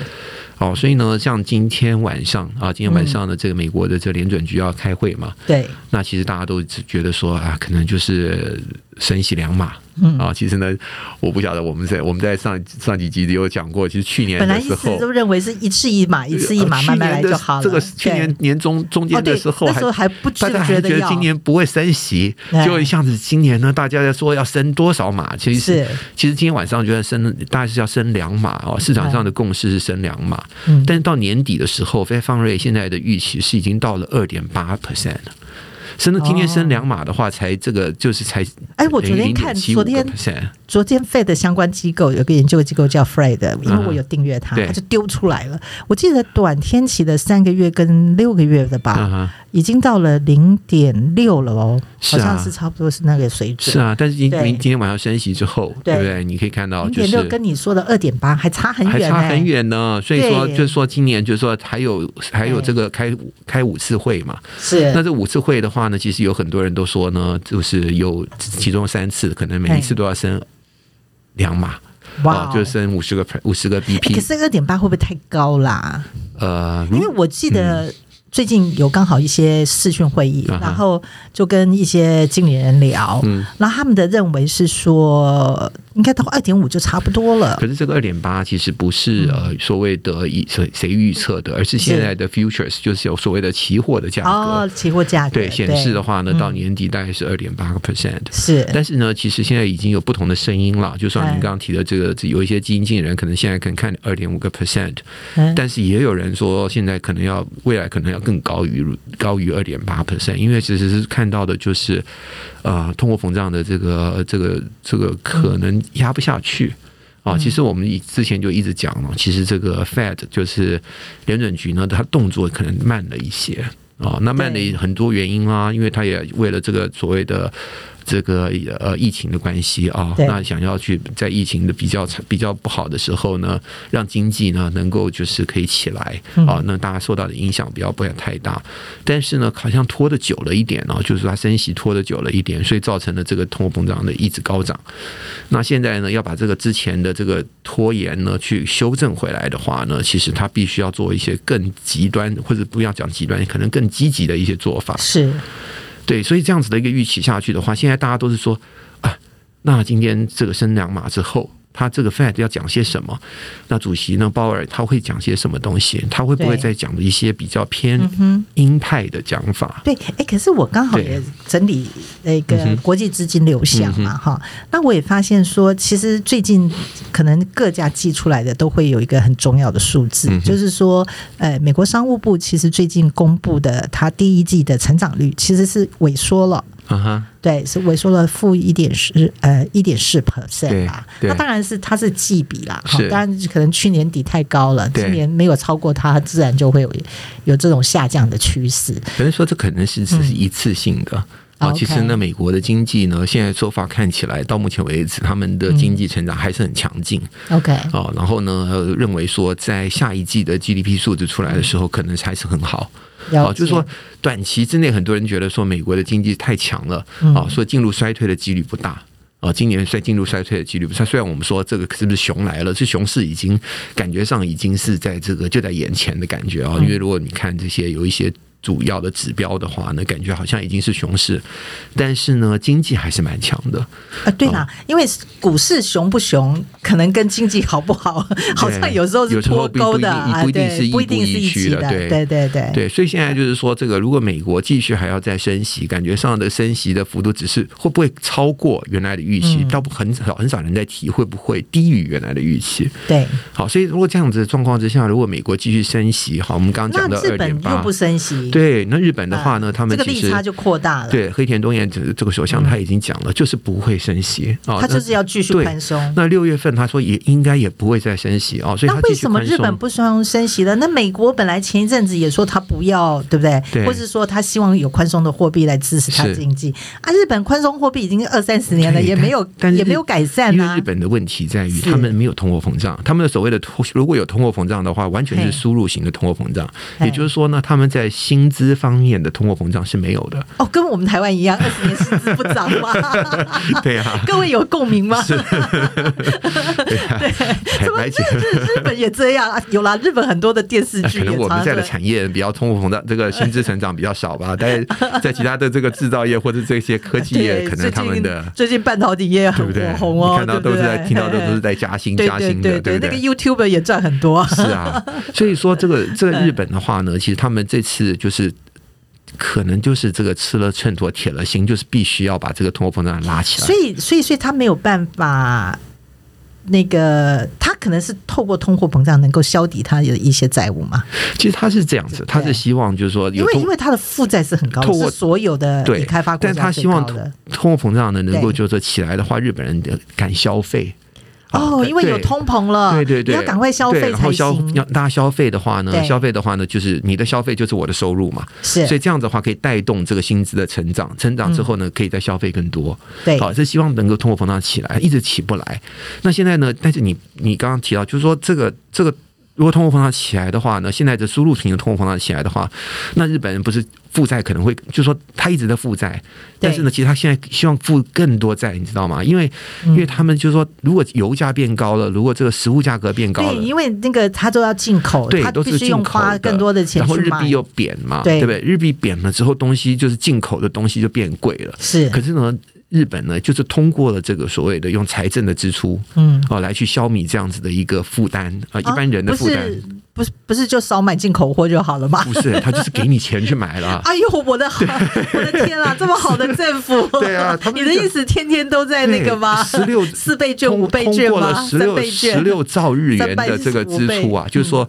Speaker 2: 哦，所以呢，像今天晚上啊，今天晚上呢，这个美国的这个联准局要开会嘛，
Speaker 1: 对
Speaker 2: 那其实大家都只觉得说啊，可能就是升息两码。嗯啊，其实呢，我不晓得我们在我们在上上几集有讲过，其实去年
Speaker 1: 本来
Speaker 2: 的
Speaker 1: 一
Speaker 2: 时候
Speaker 1: 直都认为是一次一码，一次一码
Speaker 2: 呃
Speaker 1: 慢慢来
Speaker 2: 去年
Speaker 1: 就
Speaker 2: 的
Speaker 1: 好了。
Speaker 2: 这个去年年中中
Speaker 1: 对
Speaker 2: 间
Speaker 1: 哦对
Speaker 2: 的时候
Speaker 1: 那
Speaker 2: 还。
Speaker 1: 时候还不觉
Speaker 2: 大家
Speaker 1: 得
Speaker 2: 还觉得
Speaker 1: 要
Speaker 2: 今年不会升息，
Speaker 1: 哎
Speaker 2: 结果一下子今年呢，大家在说要升多少码？其实
Speaker 1: 是
Speaker 2: 其实今天晚上觉得升，大概是要升两码哦。市场上的共识是升两码，
Speaker 1: 嗯
Speaker 2: 但是到年底的时候，菲方瑞现在的预期是已经到了二点八 percent 了。升到今天升两码的话，才这个就是才
Speaker 1: 哦哎我昨天
Speaker 2: 0.75
Speaker 1: 看昨天
Speaker 2: percent
Speaker 1: 昨天 Fed 的相关机构有个研究机构叫 Fred，因为我有订阅它，
Speaker 2: 嗯对
Speaker 1: 它就丢出来了。我记得短天期的三个月跟六个月的
Speaker 2: 啊
Speaker 1: 吧，
Speaker 2: 哈，
Speaker 1: 已经到了零点六了哦，
Speaker 2: 是
Speaker 1: 好
Speaker 2: 啊
Speaker 1: 像是差不多是那个水
Speaker 2: 是
Speaker 1: 准。
Speaker 2: 啊。但是今
Speaker 1: 对
Speaker 2: 今今天晚上升息之后，对
Speaker 1: 对
Speaker 2: 不对？你可以看到
Speaker 1: 零
Speaker 2: 就
Speaker 1: 点
Speaker 2: 是
Speaker 1: 六跟你说的二点八还差很
Speaker 2: 还
Speaker 1: 远、欸，
Speaker 2: 差很。远呢。所以说，
Speaker 1: 对
Speaker 2: 就是说今年就是说还有还有这个开五开五次会嘛。
Speaker 1: 是
Speaker 2: 那这五次会的话呢，其实有很多人都说呢，就是有其中三次可能每一次都要升两码。
Speaker 1: 哇、
Speaker 2: 哦，就升五十个五十个
Speaker 1: 欸可
Speaker 2: BP，
Speaker 1: 是二点八会不会太高啦？
Speaker 2: 呃，
Speaker 1: 因为我记得最近有刚好一些视讯会议，
Speaker 2: 嗯啊哈
Speaker 1: 然后就跟一些经理人聊，
Speaker 2: 嗯
Speaker 1: 然后他们的认为是说，应该到二点五就差不多了
Speaker 2: 可。是这个二点八其实不是
Speaker 1: 嗯
Speaker 2: 呃所谓的以谁谁预测的，而是现在的 futures 就是有所谓的期货的价
Speaker 1: 哦
Speaker 2: 格，，
Speaker 1: 期货价格
Speaker 2: 对显示的话呢，
Speaker 1: 嗯
Speaker 2: 到年底大概是二点八个 percent。
Speaker 1: 是
Speaker 2: 但是呢，其实现在已经有不同的声音了。就算您
Speaker 1: 哎
Speaker 2: 刚刚提的这个，有一些基金经理人可能现在可能看二点五个 percent，
Speaker 1: 嗯
Speaker 2: 但是也有人说现在可能要未来可能要更高于高于二点八 percent，因为其实是看到的就是呃通货膨胀的这个这个这个可能压不下去。啊，其实我们以之前就一直讲了，其实这个 Fed 就是联准局呢，它动作可能慢了一些啊。那慢
Speaker 1: 对
Speaker 2: 了很多原因啊，因为它也为了这个所谓的这个呃疫情的关系啊，
Speaker 1: 对
Speaker 2: 那想要去在疫情的比较比较不好的时候呢，让经济呢能够就是可以起来啊，那大家受到的影响不要不要太大。但是呢，好像拖得久了一点哦，就是说它升息拖得久了一点，所以造成了这个通货膨胀的一直高涨。那现在呢，要把这个之前的这个拖延呢去修正回来的话呢，其实它必须要做一些更极端，或者不要讲极端，可能更积极的一些做法。
Speaker 1: 是
Speaker 2: 对，所以这样子的一个预期下去的话，现在大家都是说啊，那今天这个升两码之后。他这个 Fed 要讲些什么？那主席呢？鲍尔他会讲些什么东西？他会不会
Speaker 1: 对
Speaker 2: 再讲一些比较偏鹰派的讲法？
Speaker 1: 对，哎，可是我刚好
Speaker 2: 对嗯
Speaker 1: 也整理那个国际资金流向嘛，哈、那我也发现说，其实最近可能各家寄出来的都会有一个很重要的数字，
Speaker 2: 嗯
Speaker 1: 就是说，呃，美国商务部其实最近公布的它第一季的成长率其实是萎缩了，
Speaker 2: 啊哈，
Speaker 1: 对，是萎缩了负一点四呃一点四 percent
Speaker 2: 对
Speaker 1: 啦。
Speaker 2: 对
Speaker 1: 那当然是它是季比啦，哈
Speaker 2: 是
Speaker 1: 当然可能去年底太高了，
Speaker 2: 对
Speaker 1: 今年没有超过它，自然就会有有这种下降的趋势。
Speaker 2: 可能说这可能是只是一次性的。啊，
Speaker 1: OK
Speaker 2: 其实呢，美国的经济呢，现在说法看起来到目前为止，他们的经济成长还是很强劲
Speaker 1: OK，
Speaker 2: 哦。然后呢，呃认为说在下一季的 GDP 数字出来的时候，可能还是很好。
Speaker 1: 了
Speaker 2: 哦，
Speaker 1: 解
Speaker 2: 就是说短期之内，很多人觉得说美国的经济太强了，
Speaker 1: 嗯
Speaker 2: 啊，说进入衰退的几率不大。啊，今年衰进入衰退的几率不大。虽然我们说这个是不是熊来了，是熊市已经感觉上已经是在这个就在眼前的感觉啊。
Speaker 1: 嗯
Speaker 2: 因为如果你看这些有一些主要的指标的话呢，感觉好像已经是熊市，但是呢，经济还是蛮强的。
Speaker 1: 啊，对啦，因为股市熊不熊，可能跟经济好不好， <laughs> 好像有时候是
Speaker 2: 有时候
Speaker 1: 脱
Speaker 2: 不
Speaker 1: 钩
Speaker 2: 不一
Speaker 1: 的
Speaker 2: 定
Speaker 1: 啊，
Speaker 2: 不一定
Speaker 1: 对
Speaker 2: 是一
Speaker 1: 不一定
Speaker 2: 步
Speaker 1: 是
Speaker 2: 一
Speaker 1: 一
Speaker 2: 趋
Speaker 1: 起
Speaker 2: 的
Speaker 1: 的，
Speaker 2: 对
Speaker 1: 对对对
Speaker 2: 对，所以现在就是说，这个如果美国继续还要再升息，感觉上的升息的幅度只是会不会超过原来的预
Speaker 1: 嗯
Speaker 2: 期，倒不很少很少人在提会不会低于原来的预期。
Speaker 1: 对。
Speaker 2: 好，所以如果这样子的状况之下，如果美国继续升息，好，我们刚刚
Speaker 1: 那
Speaker 2: 讲到
Speaker 1: 日
Speaker 2: 二点
Speaker 1: 本又
Speaker 2: 八
Speaker 1: 不，升息，
Speaker 2: 对，那日本的
Speaker 1: 啊，
Speaker 2: 话呢，他们
Speaker 1: 这个
Speaker 2: 其
Speaker 1: 利
Speaker 2: 实
Speaker 1: 差就扩大了，
Speaker 2: 对黑田东彦这这个首相他已经讲了，就是不会升息啊，
Speaker 1: 它就是要继续
Speaker 2: 对
Speaker 1: 宽松。
Speaker 2: 那六月份他说也应该也不会再升息哦，所以
Speaker 1: 那
Speaker 2: 他
Speaker 1: 为
Speaker 2: 继续
Speaker 1: 什么
Speaker 2: 宽
Speaker 1: 日本
Speaker 2: 松。
Speaker 1: 不升升息了？那美国本来前一阵子也说他不要，对不对？
Speaker 2: 对
Speaker 1: 或是说他希望有宽松的货币来支持他
Speaker 2: 是
Speaker 1: 经济啊？日本宽松货币已经二三十年了，
Speaker 2: 对
Speaker 1: 也没有
Speaker 2: 但但是
Speaker 1: 也没有改善
Speaker 2: 因为
Speaker 1: 啊
Speaker 2: 日。本的问题在于，
Speaker 1: 是
Speaker 2: 他们没有通货膨胀，他们的所谓的通如果有通货膨胀的话，完全
Speaker 1: 嘿
Speaker 2: 是输入型的通货膨胀，
Speaker 1: 嘿
Speaker 2: 也就是说呢，他们在薪资方面的通货膨胀是没有
Speaker 1: <laughs>
Speaker 2: 的。
Speaker 1: 哦，跟我们台湾一样，二十年薪资不涨
Speaker 2: <laughs>
Speaker 1: 嘛。
Speaker 2: 对
Speaker 1: <laughs>
Speaker 2: 啊，
Speaker 1: 各位有共鸣吗？
Speaker 2: 对啊，坦白讲，
Speaker 1: 日本也这样啊，有啦，日本很多的电视剧也
Speaker 2: 可能我
Speaker 1: 常常
Speaker 2: 们在的
Speaker 1: 这样
Speaker 2: 产业比较通货膨胀，这个薪资成长比较少吧，但是在其他的这个制造业或者这些科技
Speaker 1: <laughs>
Speaker 2: 业，
Speaker 1: 对，
Speaker 2: 可能他们
Speaker 1: 最近
Speaker 2: 的。
Speaker 1: 最近半导体业
Speaker 2: 对
Speaker 1: 很
Speaker 2: 不对？
Speaker 1: 火红哦，
Speaker 2: 你看到都是
Speaker 1: 对
Speaker 2: 在
Speaker 1: 不对
Speaker 2: 听到的都是
Speaker 1: 嘿
Speaker 2: 在加薪
Speaker 1: 对
Speaker 2: 加薪
Speaker 1: 对
Speaker 2: 的，
Speaker 1: 对
Speaker 2: 不
Speaker 1: 对，那
Speaker 2: 对？
Speaker 1: 个 YouTuber 也赚很多啊。
Speaker 2: 是
Speaker 1: <laughs>
Speaker 2: 啊，所以说这个这个日本的话呢，其实他们这次就是。可能就是这个吃了秤砣铁了心，就是必须要把这个通货膨胀拉起来。
Speaker 1: 所以，所以，所以他没有办法，那个他可能是透过通货膨胀能够消抵他的一些债务嘛？
Speaker 2: 其实他是这样子，他是希望就是说
Speaker 1: 因
Speaker 2: 有
Speaker 1: 为
Speaker 2: 通
Speaker 1: 因为他的负债是很高的，
Speaker 2: 透过
Speaker 1: 是所有的
Speaker 2: 对
Speaker 1: 已开发国
Speaker 2: 但
Speaker 1: 家
Speaker 2: 他
Speaker 1: 最
Speaker 2: 希望
Speaker 1: 高的
Speaker 2: 通通货膨胀呢能够
Speaker 1: 对
Speaker 2: 就是说起来的话，日本人得敢消费。
Speaker 1: 哦，
Speaker 2: 啊
Speaker 1: 因为有
Speaker 2: 对
Speaker 1: 通膨了，
Speaker 2: 对对对，
Speaker 1: 啊你要赶快消
Speaker 2: 对
Speaker 1: 费
Speaker 2: 然后
Speaker 1: 才
Speaker 2: 消要
Speaker 1: 行。
Speaker 2: 大家消费的话呢
Speaker 1: 对，
Speaker 2: 消费的话呢，就是你的消费就是我的收入嘛，
Speaker 1: 是
Speaker 2: 所以这样子的话可以带动这个薪资的成长，成长之后呢，可以再消费更多。
Speaker 1: 对
Speaker 2: 好，这希望能够通货膨胀起来，一直起不来。那现在呢？但是你你刚刚提到，就是说这个这个。如果通货膨胀起来的话呢，现在的输入型的通货膨胀起来的话，那日本人不是负债可能会，就是说他一直在负债，但是呢，其实他现在希望负更多债，你知道吗？因为
Speaker 1: 嗯
Speaker 2: 因为他们就是说，如果油价变高了，如果这个食物价格变高
Speaker 1: 对，
Speaker 2: 了，
Speaker 1: 因为那个他都要进口，
Speaker 2: 对，
Speaker 1: 他
Speaker 2: 都
Speaker 1: 必
Speaker 2: 是
Speaker 1: 须
Speaker 2: 进
Speaker 1: 用
Speaker 2: 口
Speaker 1: 花更多的钱
Speaker 2: 然后
Speaker 1: 去
Speaker 2: 日
Speaker 1: 买
Speaker 2: 币。又贬嘛，
Speaker 1: 对
Speaker 2: 对不对？日币贬了之后，东西就是进口的东西就变贵了。
Speaker 1: 是，
Speaker 2: 可是呢，日本呢，就是通过了这个所谓的用财政的支出
Speaker 1: 嗯，
Speaker 2: 哦、来去消弭这样子的一个负担啊，一般人的
Speaker 1: 啊
Speaker 2: 负担、
Speaker 1: 不是不是不是就少买进口货就好了吗？
Speaker 2: 不是，他就是给你钱去
Speaker 1: <laughs>
Speaker 2: 买了。
Speaker 1: 哎呦，我的好，我的天啊，这么好的政府，
Speaker 2: <laughs> 对啊他们
Speaker 1: 你的意思天天都在那个吗？
Speaker 2: 对16
Speaker 1: 四倍券、
Speaker 2: 通
Speaker 1: 五倍券 <laughs>
Speaker 2: 通过
Speaker 1: 吗？
Speaker 2: 了
Speaker 1: 三
Speaker 2: 十六
Speaker 1: 倍
Speaker 2: 十
Speaker 1: 券，
Speaker 2: 六兆日元的这个支出啊，就是说，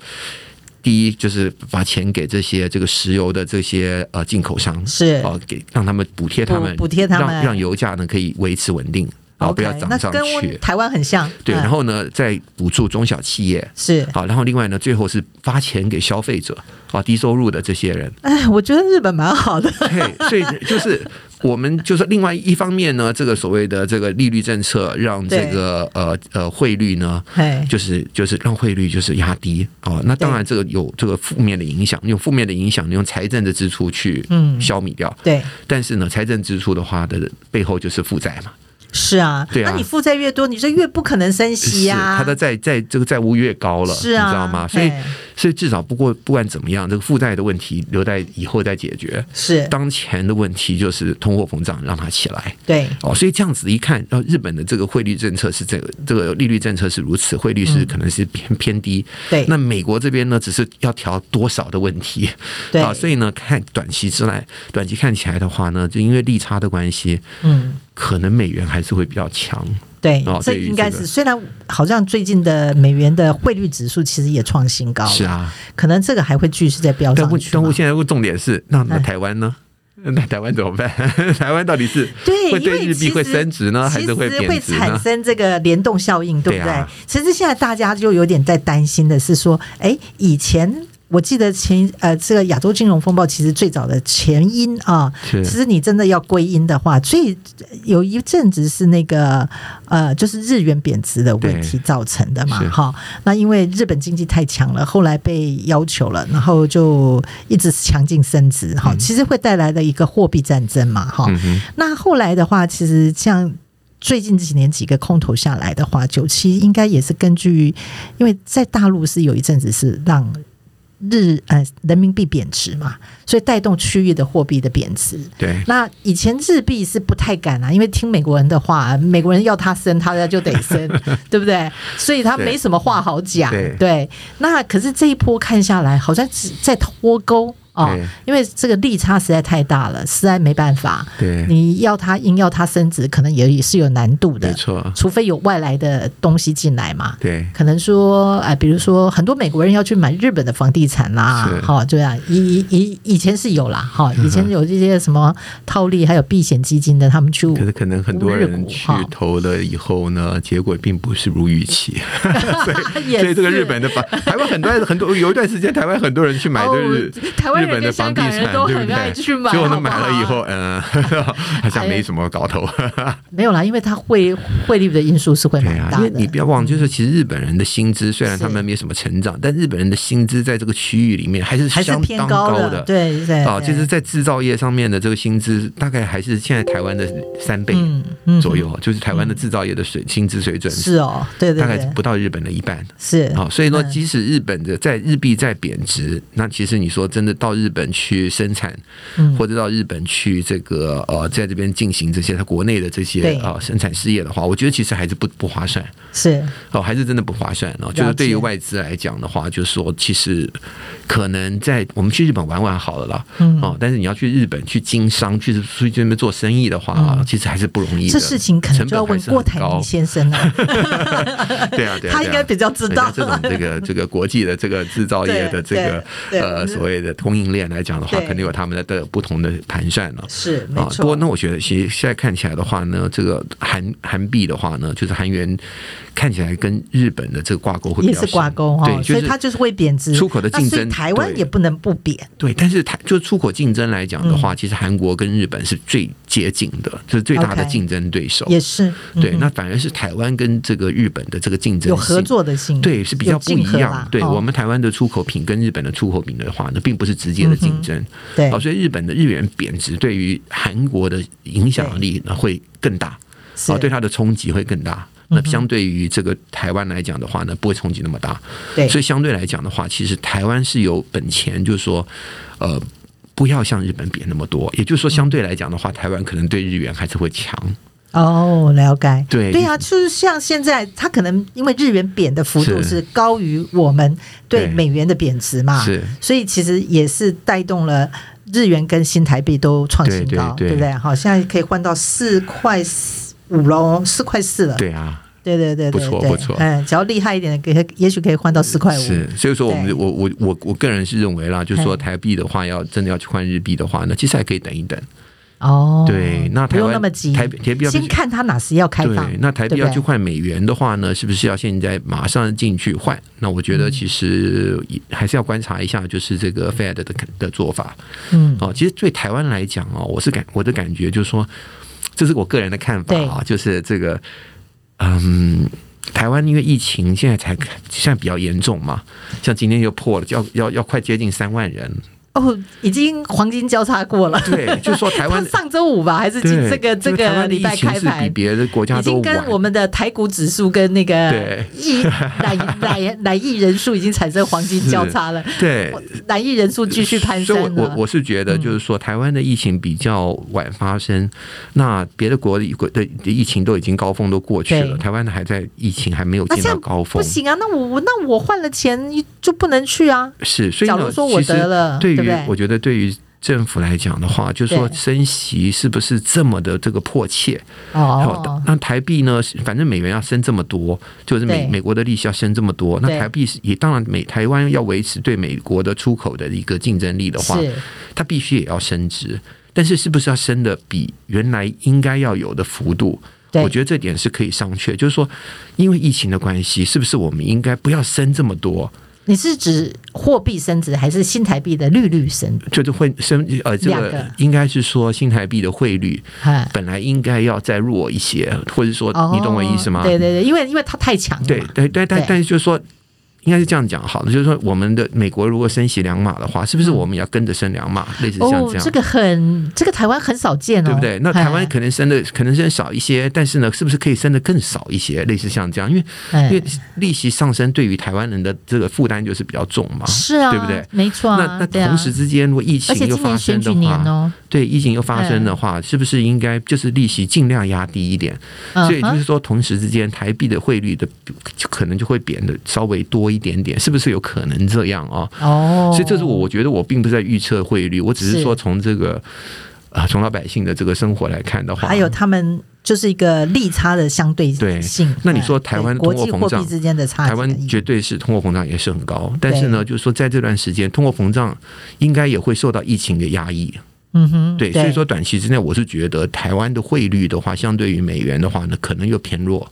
Speaker 2: 第一就是把钱给这些这个石油的这些呃进口商
Speaker 1: 是
Speaker 2: 哦、给让他们补贴他们
Speaker 1: 补补贴他们
Speaker 2: 让让油价呢可以维持稳定，然后不要
Speaker 1: OK，
Speaker 2: 涨
Speaker 1: 那
Speaker 2: 上
Speaker 1: 跟
Speaker 2: 去。
Speaker 1: 台湾很像，
Speaker 2: 对，
Speaker 1: 嗯
Speaker 2: 然后呢，再补助中小企业，
Speaker 1: 是。
Speaker 2: 好，然后另外呢，最后是发钱给消费者啊，低收入的这些人。
Speaker 1: 哎，我觉得日本蛮好的，
Speaker 2: <laughs> 对，所以就是我们就是另外一方面呢，这个所谓的这个利率政策，让这个呃呃汇率呢。
Speaker 1: 哎，
Speaker 2: 就是就是让汇率就是压低哦，那当然这个有这个负面的影响，用负面的影响，用财政的支出去
Speaker 1: 嗯
Speaker 2: 消弭掉。
Speaker 1: 对，
Speaker 2: 但是呢，财政支出的话的背后就是负债嘛，
Speaker 1: 是啊，
Speaker 2: 对啊
Speaker 1: 那你负债越多，你就越不可能升息
Speaker 2: 是
Speaker 1: 啊。
Speaker 2: 它的债债这个债务越高了，
Speaker 1: 是啊
Speaker 2: 你知道吗？所以
Speaker 1: 嘿
Speaker 2: 所以至少不过不管怎么样，这个负债的问题留在以后再解决。
Speaker 1: 是，
Speaker 2: 当前的问题就是通货膨胀让它起来
Speaker 1: 对，
Speaker 2: 哦，所以这样子一看，呃，日本的这个汇率政策是这个这个利率政策是如此，汇率是可能是偏偏低。
Speaker 1: 嗯对
Speaker 2: 那美国这边呢，只是要调多少的问题，
Speaker 1: 对
Speaker 2: 啊，所以呢，看短期之内，短期看起来的话呢，就因为利差的关系，
Speaker 1: 嗯，
Speaker 2: 可能美元还是会比较强。
Speaker 1: 对
Speaker 2: 哦，
Speaker 1: 这
Speaker 2: 对于
Speaker 1: 应该
Speaker 2: 这个
Speaker 1: 是虽然好像最近的美元的汇率指数其实也创新高了，
Speaker 2: 是啊，
Speaker 1: 可能这个还会继续在飙
Speaker 2: 但
Speaker 1: 哦上
Speaker 2: 问
Speaker 1: 去
Speaker 2: 但
Speaker 1: 嘛。
Speaker 2: 问现在问重点是，那那
Speaker 1: 哎
Speaker 2: 台湾呢？ <laughs> 那台湾怎么办？ <laughs> 台湾到底是
Speaker 1: 对
Speaker 2: 会
Speaker 1: 因为
Speaker 2: 对日
Speaker 1: 其
Speaker 2: 币
Speaker 1: 实
Speaker 2: 会升值呢，还
Speaker 1: 其
Speaker 2: 是会
Speaker 1: 实会
Speaker 2: 贬值
Speaker 1: 产
Speaker 2: 呢？
Speaker 1: 生这个联动效应，对不
Speaker 2: 对
Speaker 1: 对
Speaker 2: 啊？
Speaker 1: 其实现在大家就有点在担心的是说，哎，以前。我记得前呃，这个亚洲金融风暴其实最早的前因啊，
Speaker 2: 是
Speaker 1: 其实你真的要归因的话，最呃有一阵子是那个呃，就是日元贬值的问题
Speaker 2: 对
Speaker 1: 造成的嘛
Speaker 2: 是，
Speaker 1: 哈。那因为日本经济太强了，后来被要求了，然后就一直强劲升值，哈、其实会带来的一个货币战争嘛，哈、
Speaker 2: 嗯哼，
Speaker 1: 那后来的话，其实像最近几年几个空头下来的话，九七应该也是根据，因为在大陆是有一阵子是让日呃人民币贬值嘛，所以带动区域的货币的贬值。
Speaker 2: 对，
Speaker 1: 那以前日币是不太敢啊，因为听美国人的话，美国人要他升，他就得
Speaker 2: <laughs>
Speaker 1: 升，对不对？所以他没什么话好讲。
Speaker 2: 对
Speaker 1: 那可是这一波看下来，好像只在脱钩啊、哦
Speaker 2: 对，
Speaker 1: 因为这个利差实在太大了，实在没办法。
Speaker 2: 对
Speaker 1: 你要他硬要他升值，可能也也是有难度的
Speaker 2: 没，错，
Speaker 1: 除非有外来的东西进来嘛。
Speaker 2: 对，
Speaker 1: 可能说，哎、比如说很多美国人要去买日本的房地产啦
Speaker 2: 是，嗯
Speaker 1: 哈、对啊，以以以以前是有啦，哈，以前有这些什么套利还有避险基金的，他们去 <laughs>
Speaker 2: 可是可能很多人去投了以后呢，结果并不是如预期，
Speaker 1: 也
Speaker 2: 所以这个
Speaker 1: 是
Speaker 2: 日
Speaker 1: <laughs>
Speaker 2: 本的房，台湾很多很多有一段时间，台湾很多人去买的日、
Speaker 1: 哦台湾
Speaker 2: 日
Speaker 1: 人
Speaker 2: 本的
Speaker 1: 跟
Speaker 2: 房
Speaker 1: 香
Speaker 2: 地
Speaker 1: 港
Speaker 2: 产，
Speaker 1: 人都
Speaker 2: 对
Speaker 1: 很
Speaker 2: 不对？
Speaker 1: 爱去买
Speaker 2: 结果呢
Speaker 1: 好不
Speaker 2: 买
Speaker 1: 好哎
Speaker 2: 了以后，嗯， <laughs> 好像没什么搞头。
Speaker 1: 没有啦，因为它汇汇率的因素是会
Speaker 2: 对
Speaker 1: 蛮
Speaker 2: 啊，
Speaker 1: 大
Speaker 2: 因
Speaker 1: 的。嗯
Speaker 2: 为你不要忘，就是其实日本人的薪资虽然他们没什么成长，但日本人的薪资在这个区域里面还是
Speaker 1: 还是
Speaker 2: 相
Speaker 1: 偏
Speaker 2: 当
Speaker 1: 的，
Speaker 2: 的。
Speaker 1: 对对
Speaker 2: 啊，
Speaker 1: 对
Speaker 2: 就是在制造业上面的这个薪资，大概还是现在台湾的三倍
Speaker 1: 嗯嗯
Speaker 2: 左右，啊就是台湾的制造业的水薪资水准
Speaker 1: 是哦，对对
Speaker 2: 大概
Speaker 1: 对，
Speaker 2: 不哦到日本的一半。
Speaker 1: 是
Speaker 2: 好、所以说，
Speaker 1: 嗯
Speaker 2: 即使日本的在日币在贬值，那其实你说真的到日本去生产，
Speaker 1: 嗯
Speaker 2: 或者到日本去这个呃，在这边进行这些它国内的这些
Speaker 1: 对
Speaker 2: 啊、呃生产事业的话，我觉得其实还是不不划算
Speaker 1: 是
Speaker 2: 哦，还是真的不划算哦。就是对于外资来讲的话，就是说其实可能在我们去日本玩玩好了啦，
Speaker 1: 嗯
Speaker 2: 哦，但是你要去日本去经商，去出去这边做生意的话，啊，其实还是不容易的。
Speaker 1: 嗯这事情可能
Speaker 2: 成
Speaker 1: 就要
Speaker 2: 本还
Speaker 1: 问
Speaker 2: 是
Speaker 1: 郭
Speaker 2: 很
Speaker 1: 台
Speaker 2: 高
Speaker 1: 铭。先生啊
Speaker 2: <laughs>
Speaker 1: 了，
Speaker 2: 对啊，对啊，对
Speaker 1: <laughs>
Speaker 2: 啊
Speaker 1: 他应该比较知道
Speaker 2: 对像这种这个这个国际的这个制造业的这个
Speaker 1: 对对
Speaker 2: 呃
Speaker 1: 对
Speaker 2: 所谓的供应链来讲的话，
Speaker 1: 对
Speaker 2: 肯定有他们的的不同的盘算了。
Speaker 1: 是没
Speaker 2: 啊，不
Speaker 1: 错
Speaker 2: 过，那我觉得其实现在看起来的话呢，这个韩韩币的话呢，就是韩元看起来跟日本的这个挂钩会比
Speaker 1: 也
Speaker 2: 较
Speaker 1: 是挂
Speaker 2: 深
Speaker 1: 钩哈
Speaker 2: 对，，
Speaker 1: 所
Speaker 2: 就
Speaker 1: 以
Speaker 2: 是
Speaker 1: 它就是会贬值。
Speaker 2: 出口的
Speaker 1: 那
Speaker 2: 竞
Speaker 1: 所以
Speaker 2: 争
Speaker 1: 台湾
Speaker 2: 对
Speaker 1: 也不能不贬。
Speaker 2: 对，但是台就出口竞争来讲的
Speaker 1: 嗯
Speaker 2: 话，其实韩国跟日本是最接近的，就是最大的
Speaker 1: OK
Speaker 2: 竞争对手。
Speaker 1: 也是，嗯
Speaker 2: 对，那反而是台湾跟这个日本的这个竞争
Speaker 1: 有合
Speaker 2: 性
Speaker 1: 作的性，
Speaker 2: 对，是比
Speaker 1: 有
Speaker 2: 较不
Speaker 1: 竞
Speaker 2: 一
Speaker 1: 合
Speaker 2: 样
Speaker 1: 啦。
Speaker 2: 对、
Speaker 1: 哦
Speaker 2: 我们台湾的出口品跟日本的出口品的话呢，并不是直接的竞争。
Speaker 1: 嗯
Speaker 2: 哦
Speaker 1: 对
Speaker 2: 好，所以日本的日元贬值对于韩国的影响力呢会更大，
Speaker 1: 是
Speaker 2: 好，哦对它的冲击会更大。那相对于这个台湾来讲的话呢，不会冲击那么大。
Speaker 1: 对
Speaker 2: 所以相对来讲的话，其实台湾是有本钱，就是说，呃，不要像日本贬那么多。也就是说，相对来讲的话，台湾可能对日元还是会强。
Speaker 1: 哦，了解，
Speaker 2: 对
Speaker 1: 对啊，就是像现在，它可能因为日元贬的幅度
Speaker 2: 是
Speaker 1: 是高于我们对
Speaker 2: 对
Speaker 1: 美元的贬值嘛，
Speaker 2: 是
Speaker 1: 所以其实也是带动了。日元跟新台币都创新高，
Speaker 2: 对对对
Speaker 1: 不对？好，现在可以换到四块四五喽，四块四了。
Speaker 2: 对啊，
Speaker 1: 对对对对，
Speaker 2: 不错
Speaker 1: 对
Speaker 2: 不错
Speaker 1: 嗯，只要厉害一点的，可也许可以换到四块五。
Speaker 2: 是，所以说我
Speaker 1: 对
Speaker 2: 们我我我我个人是认为啦，就是说
Speaker 1: 嗯
Speaker 2: 台币的话，要真的要去换日币的话呢，其实还可以等一等。
Speaker 1: 哦，
Speaker 2: 对那
Speaker 1: 不
Speaker 2: 台湾
Speaker 1: 用那么急，
Speaker 2: 台台币要
Speaker 1: 先看它哪时要开
Speaker 2: 对
Speaker 1: 放。，
Speaker 2: 那台币
Speaker 1: 对不
Speaker 2: 要
Speaker 1: 对
Speaker 2: 去换美元的话呢，是不是要现在马上进去换？那我觉得
Speaker 1: 嗯
Speaker 2: 其实也还是要观察一下，就是这个 Fed 的的做法。
Speaker 1: 嗯，
Speaker 2: 哦，其实对台湾来讲哦，我是感我的感觉就是说，这是我个人的看法啊，就是这个，嗯。台湾因为疫情现在才现在比较严重嘛，像今天又破了，要要要快接近三万人，
Speaker 1: 哦，已经黄金交叉过了。
Speaker 2: 对，就说
Speaker 1: <laughs>
Speaker 2: 台湾
Speaker 1: 它上周五吧，还是今
Speaker 2: 对
Speaker 1: 这个这
Speaker 2: 就台
Speaker 1: 个
Speaker 2: 湾的
Speaker 1: 礼
Speaker 2: 疫
Speaker 1: 拜
Speaker 2: 情
Speaker 1: 开
Speaker 2: 是比
Speaker 1: 盘，
Speaker 2: 别的国家
Speaker 1: 已经
Speaker 2: 都晚，
Speaker 1: 跟我们的台股指数跟那个
Speaker 2: 对 <laughs>
Speaker 1: 亿来来来亿人数已经产生黄金交叉了，
Speaker 2: 对。
Speaker 1: 来亿人数继续攀嗯
Speaker 2: 所以我，
Speaker 1: 升
Speaker 2: 我
Speaker 1: 了。
Speaker 2: 我是觉得，就是说，台湾的疫情比较晚发生，那别的国国的的疫情都已经高峰都过去
Speaker 1: 对
Speaker 2: 了，台湾还在疫情还没有
Speaker 1: 那
Speaker 2: 见
Speaker 1: 这
Speaker 2: 到
Speaker 1: 样
Speaker 2: 高
Speaker 1: 不
Speaker 2: 峰，
Speaker 1: 行啊！那我那我换了钱就不能去啊！
Speaker 2: 是，所以
Speaker 1: 假如
Speaker 2: 呢，
Speaker 1: 说我
Speaker 2: 其实
Speaker 1: 得了
Speaker 2: 对于
Speaker 1: 对不对
Speaker 2: 我觉得对于政府来讲的话，就是说
Speaker 1: 对
Speaker 2: 升息是不是这么的这个迫切？
Speaker 1: 哦
Speaker 2: 好，，那台币呢？是反正美元要升这么多，就是美
Speaker 1: 对
Speaker 2: 美国的利息要升这么多，那
Speaker 1: 对
Speaker 2: 台币是也当然美台湾要维持对美国的出口的一个竞争力的话，
Speaker 1: 是
Speaker 2: 它必须也要升值。但是是不是要升的比原来应该要有的幅度？
Speaker 1: 对
Speaker 2: 我觉得这点是可以商榷，就是说，因为疫情的关系，是不是我们应该不要升这么多？
Speaker 1: 你是指货币升值还是新台币的利率升值？
Speaker 2: 就是会升呃，这
Speaker 1: 两
Speaker 2: 个
Speaker 1: 个
Speaker 2: 应该是说新台币的汇率
Speaker 1: 哈
Speaker 2: 本来应该要再弱一些，或者说你懂我意思吗？
Speaker 1: 哦对对对，因为因为它太强了嘛。
Speaker 2: 对对对，但
Speaker 1: 对
Speaker 2: 但是就是说，应该是这样讲好了，就是说我们的美国如果升息两码的话，是不是我们也要跟着升两码？类似像
Speaker 1: 哦
Speaker 2: 这，样
Speaker 1: 这。个很，这个台湾很少见哦，
Speaker 2: 对不对？那台湾
Speaker 1: 哎
Speaker 2: 可能升的可能升少一些，但是呢，是不是可以升的更少一些？类似像这样，因为
Speaker 1: 哎
Speaker 2: 因为利息上升对于台湾人的这个负担就是比较重嘛。
Speaker 1: 是啊，
Speaker 2: 对不对
Speaker 1: 没错
Speaker 2: 那
Speaker 1: 啊，
Speaker 2: 那
Speaker 1: 对啊
Speaker 2: 同时之间，如果疫
Speaker 1: 而且
Speaker 2: 情又
Speaker 1: 今
Speaker 2: 发
Speaker 1: 年选
Speaker 2: 生
Speaker 1: 举
Speaker 2: 的
Speaker 1: 年
Speaker 2: 话，
Speaker 1: 哦，哎
Speaker 2: 对疫情又发生的话，是不是应该就是利息尽量压低一点？
Speaker 1: 嗯
Speaker 2: 所以就
Speaker 1: 哼
Speaker 2: 是说，同时之间台币的汇率的就可能就会贬的稍微多一点点，是不是有可能这样啊、
Speaker 1: 哦，
Speaker 2: 所以这是我我觉得我并不是在预测汇率，我只是
Speaker 1: 是
Speaker 2: 说从这个啊、从老百姓的这个生活来看的话，
Speaker 1: 还有他们就是一个利差的相对
Speaker 2: 对
Speaker 1: 性。
Speaker 2: 那你
Speaker 1: 哎
Speaker 2: 说台湾
Speaker 1: 对
Speaker 2: 通
Speaker 1: 国
Speaker 2: 货
Speaker 1: 际
Speaker 2: 膨
Speaker 1: 货币
Speaker 2: 胀
Speaker 1: 之间的差距，
Speaker 2: 台湾绝对是通货膨胀也是很高，但是呢，就是说在这段时间，通货膨胀应该也会受到疫情的压抑。
Speaker 1: 嗯哼，
Speaker 2: 对，所以说短期之内，我是觉得台湾的汇率的话，相对于美元的话呢，可能又偏弱，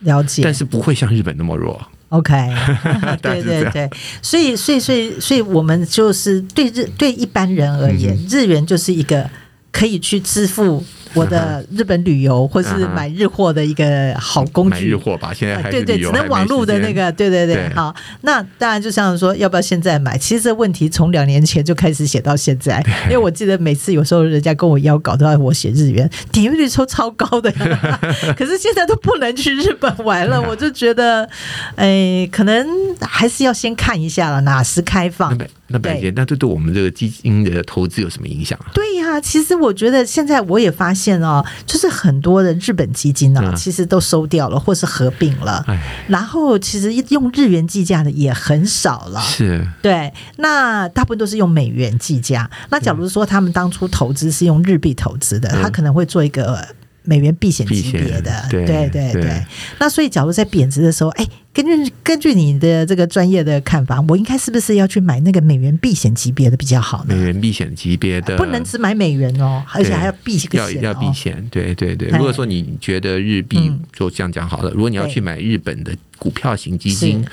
Speaker 1: 了解，
Speaker 2: 但是不会像日本那么弱。
Speaker 1: <laughs> OK，
Speaker 2: <laughs> 大
Speaker 1: 对
Speaker 2: 概是这
Speaker 1: 对
Speaker 2: 样
Speaker 1: 对，所以所以所以所以我们就是对日对一般人而言，
Speaker 2: 嗯
Speaker 1: 日元就是一个可以去支付我的日本旅游或是
Speaker 2: 嗯嗯哼
Speaker 1: 买日货的一个好工
Speaker 2: 买
Speaker 1: 具
Speaker 2: 日。货吧，现在
Speaker 1: 呃
Speaker 2: 还是
Speaker 1: 对对，
Speaker 2: 旅
Speaker 1: 只
Speaker 2: 游
Speaker 1: 能网络的那。
Speaker 2: 还没时间
Speaker 1: 个，对对对
Speaker 2: 对，
Speaker 1: 好。那当然，就像说，要不要现在买？其实这问题从两年前就开始写到现在，因为我记得每次有时候人家跟我要稿，都要我写日元，点阅率都超高的， <laughs> 可是现在都不能去日本玩
Speaker 2: 啊
Speaker 1: 了，我就觉得，哎，可能还是要先看一下了，哪时开
Speaker 2: 那
Speaker 1: 放。
Speaker 2: 百那百
Speaker 1: 对
Speaker 2: 姐，那这对我们这个基金的投资有什么影响啊？
Speaker 1: 对呀、其实我觉得现在我也发现哦，就是很多的日本基金啊，
Speaker 2: 嗯
Speaker 1: 其实都收掉了或是合并了。
Speaker 2: 哎，
Speaker 1: 然后其实用日元计价的也很少了。
Speaker 2: 是
Speaker 1: 对，那大部分都是用美元计价。那假如说他们当初投资是用日币投资的，
Speaker 2: 嗯
Speaker 1: 他可能会做一个呃美元避险
Speaker 2: 避
Speaker 1: 级
Speaker 2: 险
Speaker 1: 别的。
Speaker 2: 对
Speaker 1: 对对
Speaker 2: 对
Speaker 1: 对那所以，假如在贬值的时候，哎，根据根据你的这个专业的看法，我应该是不是要去买那个美元避险级别的比较好呢
Speaker 2: 美？元避险级别的，
Speaker 1: 不能只买美元哦，而且还要避一个
Speaker 2: 要
Speaker 1: 险、哦、
Speaker 2: 要避险，对对对。
Speaker 1: 哎
Speaker 2: 如果说你觉得日币
Speaker 1: 嗯
Speaker 2: 就这样讲好了，如果你要
Speaker 1: 对
Speaker 2: 去买日本的股票型基金
Speaker 1: 是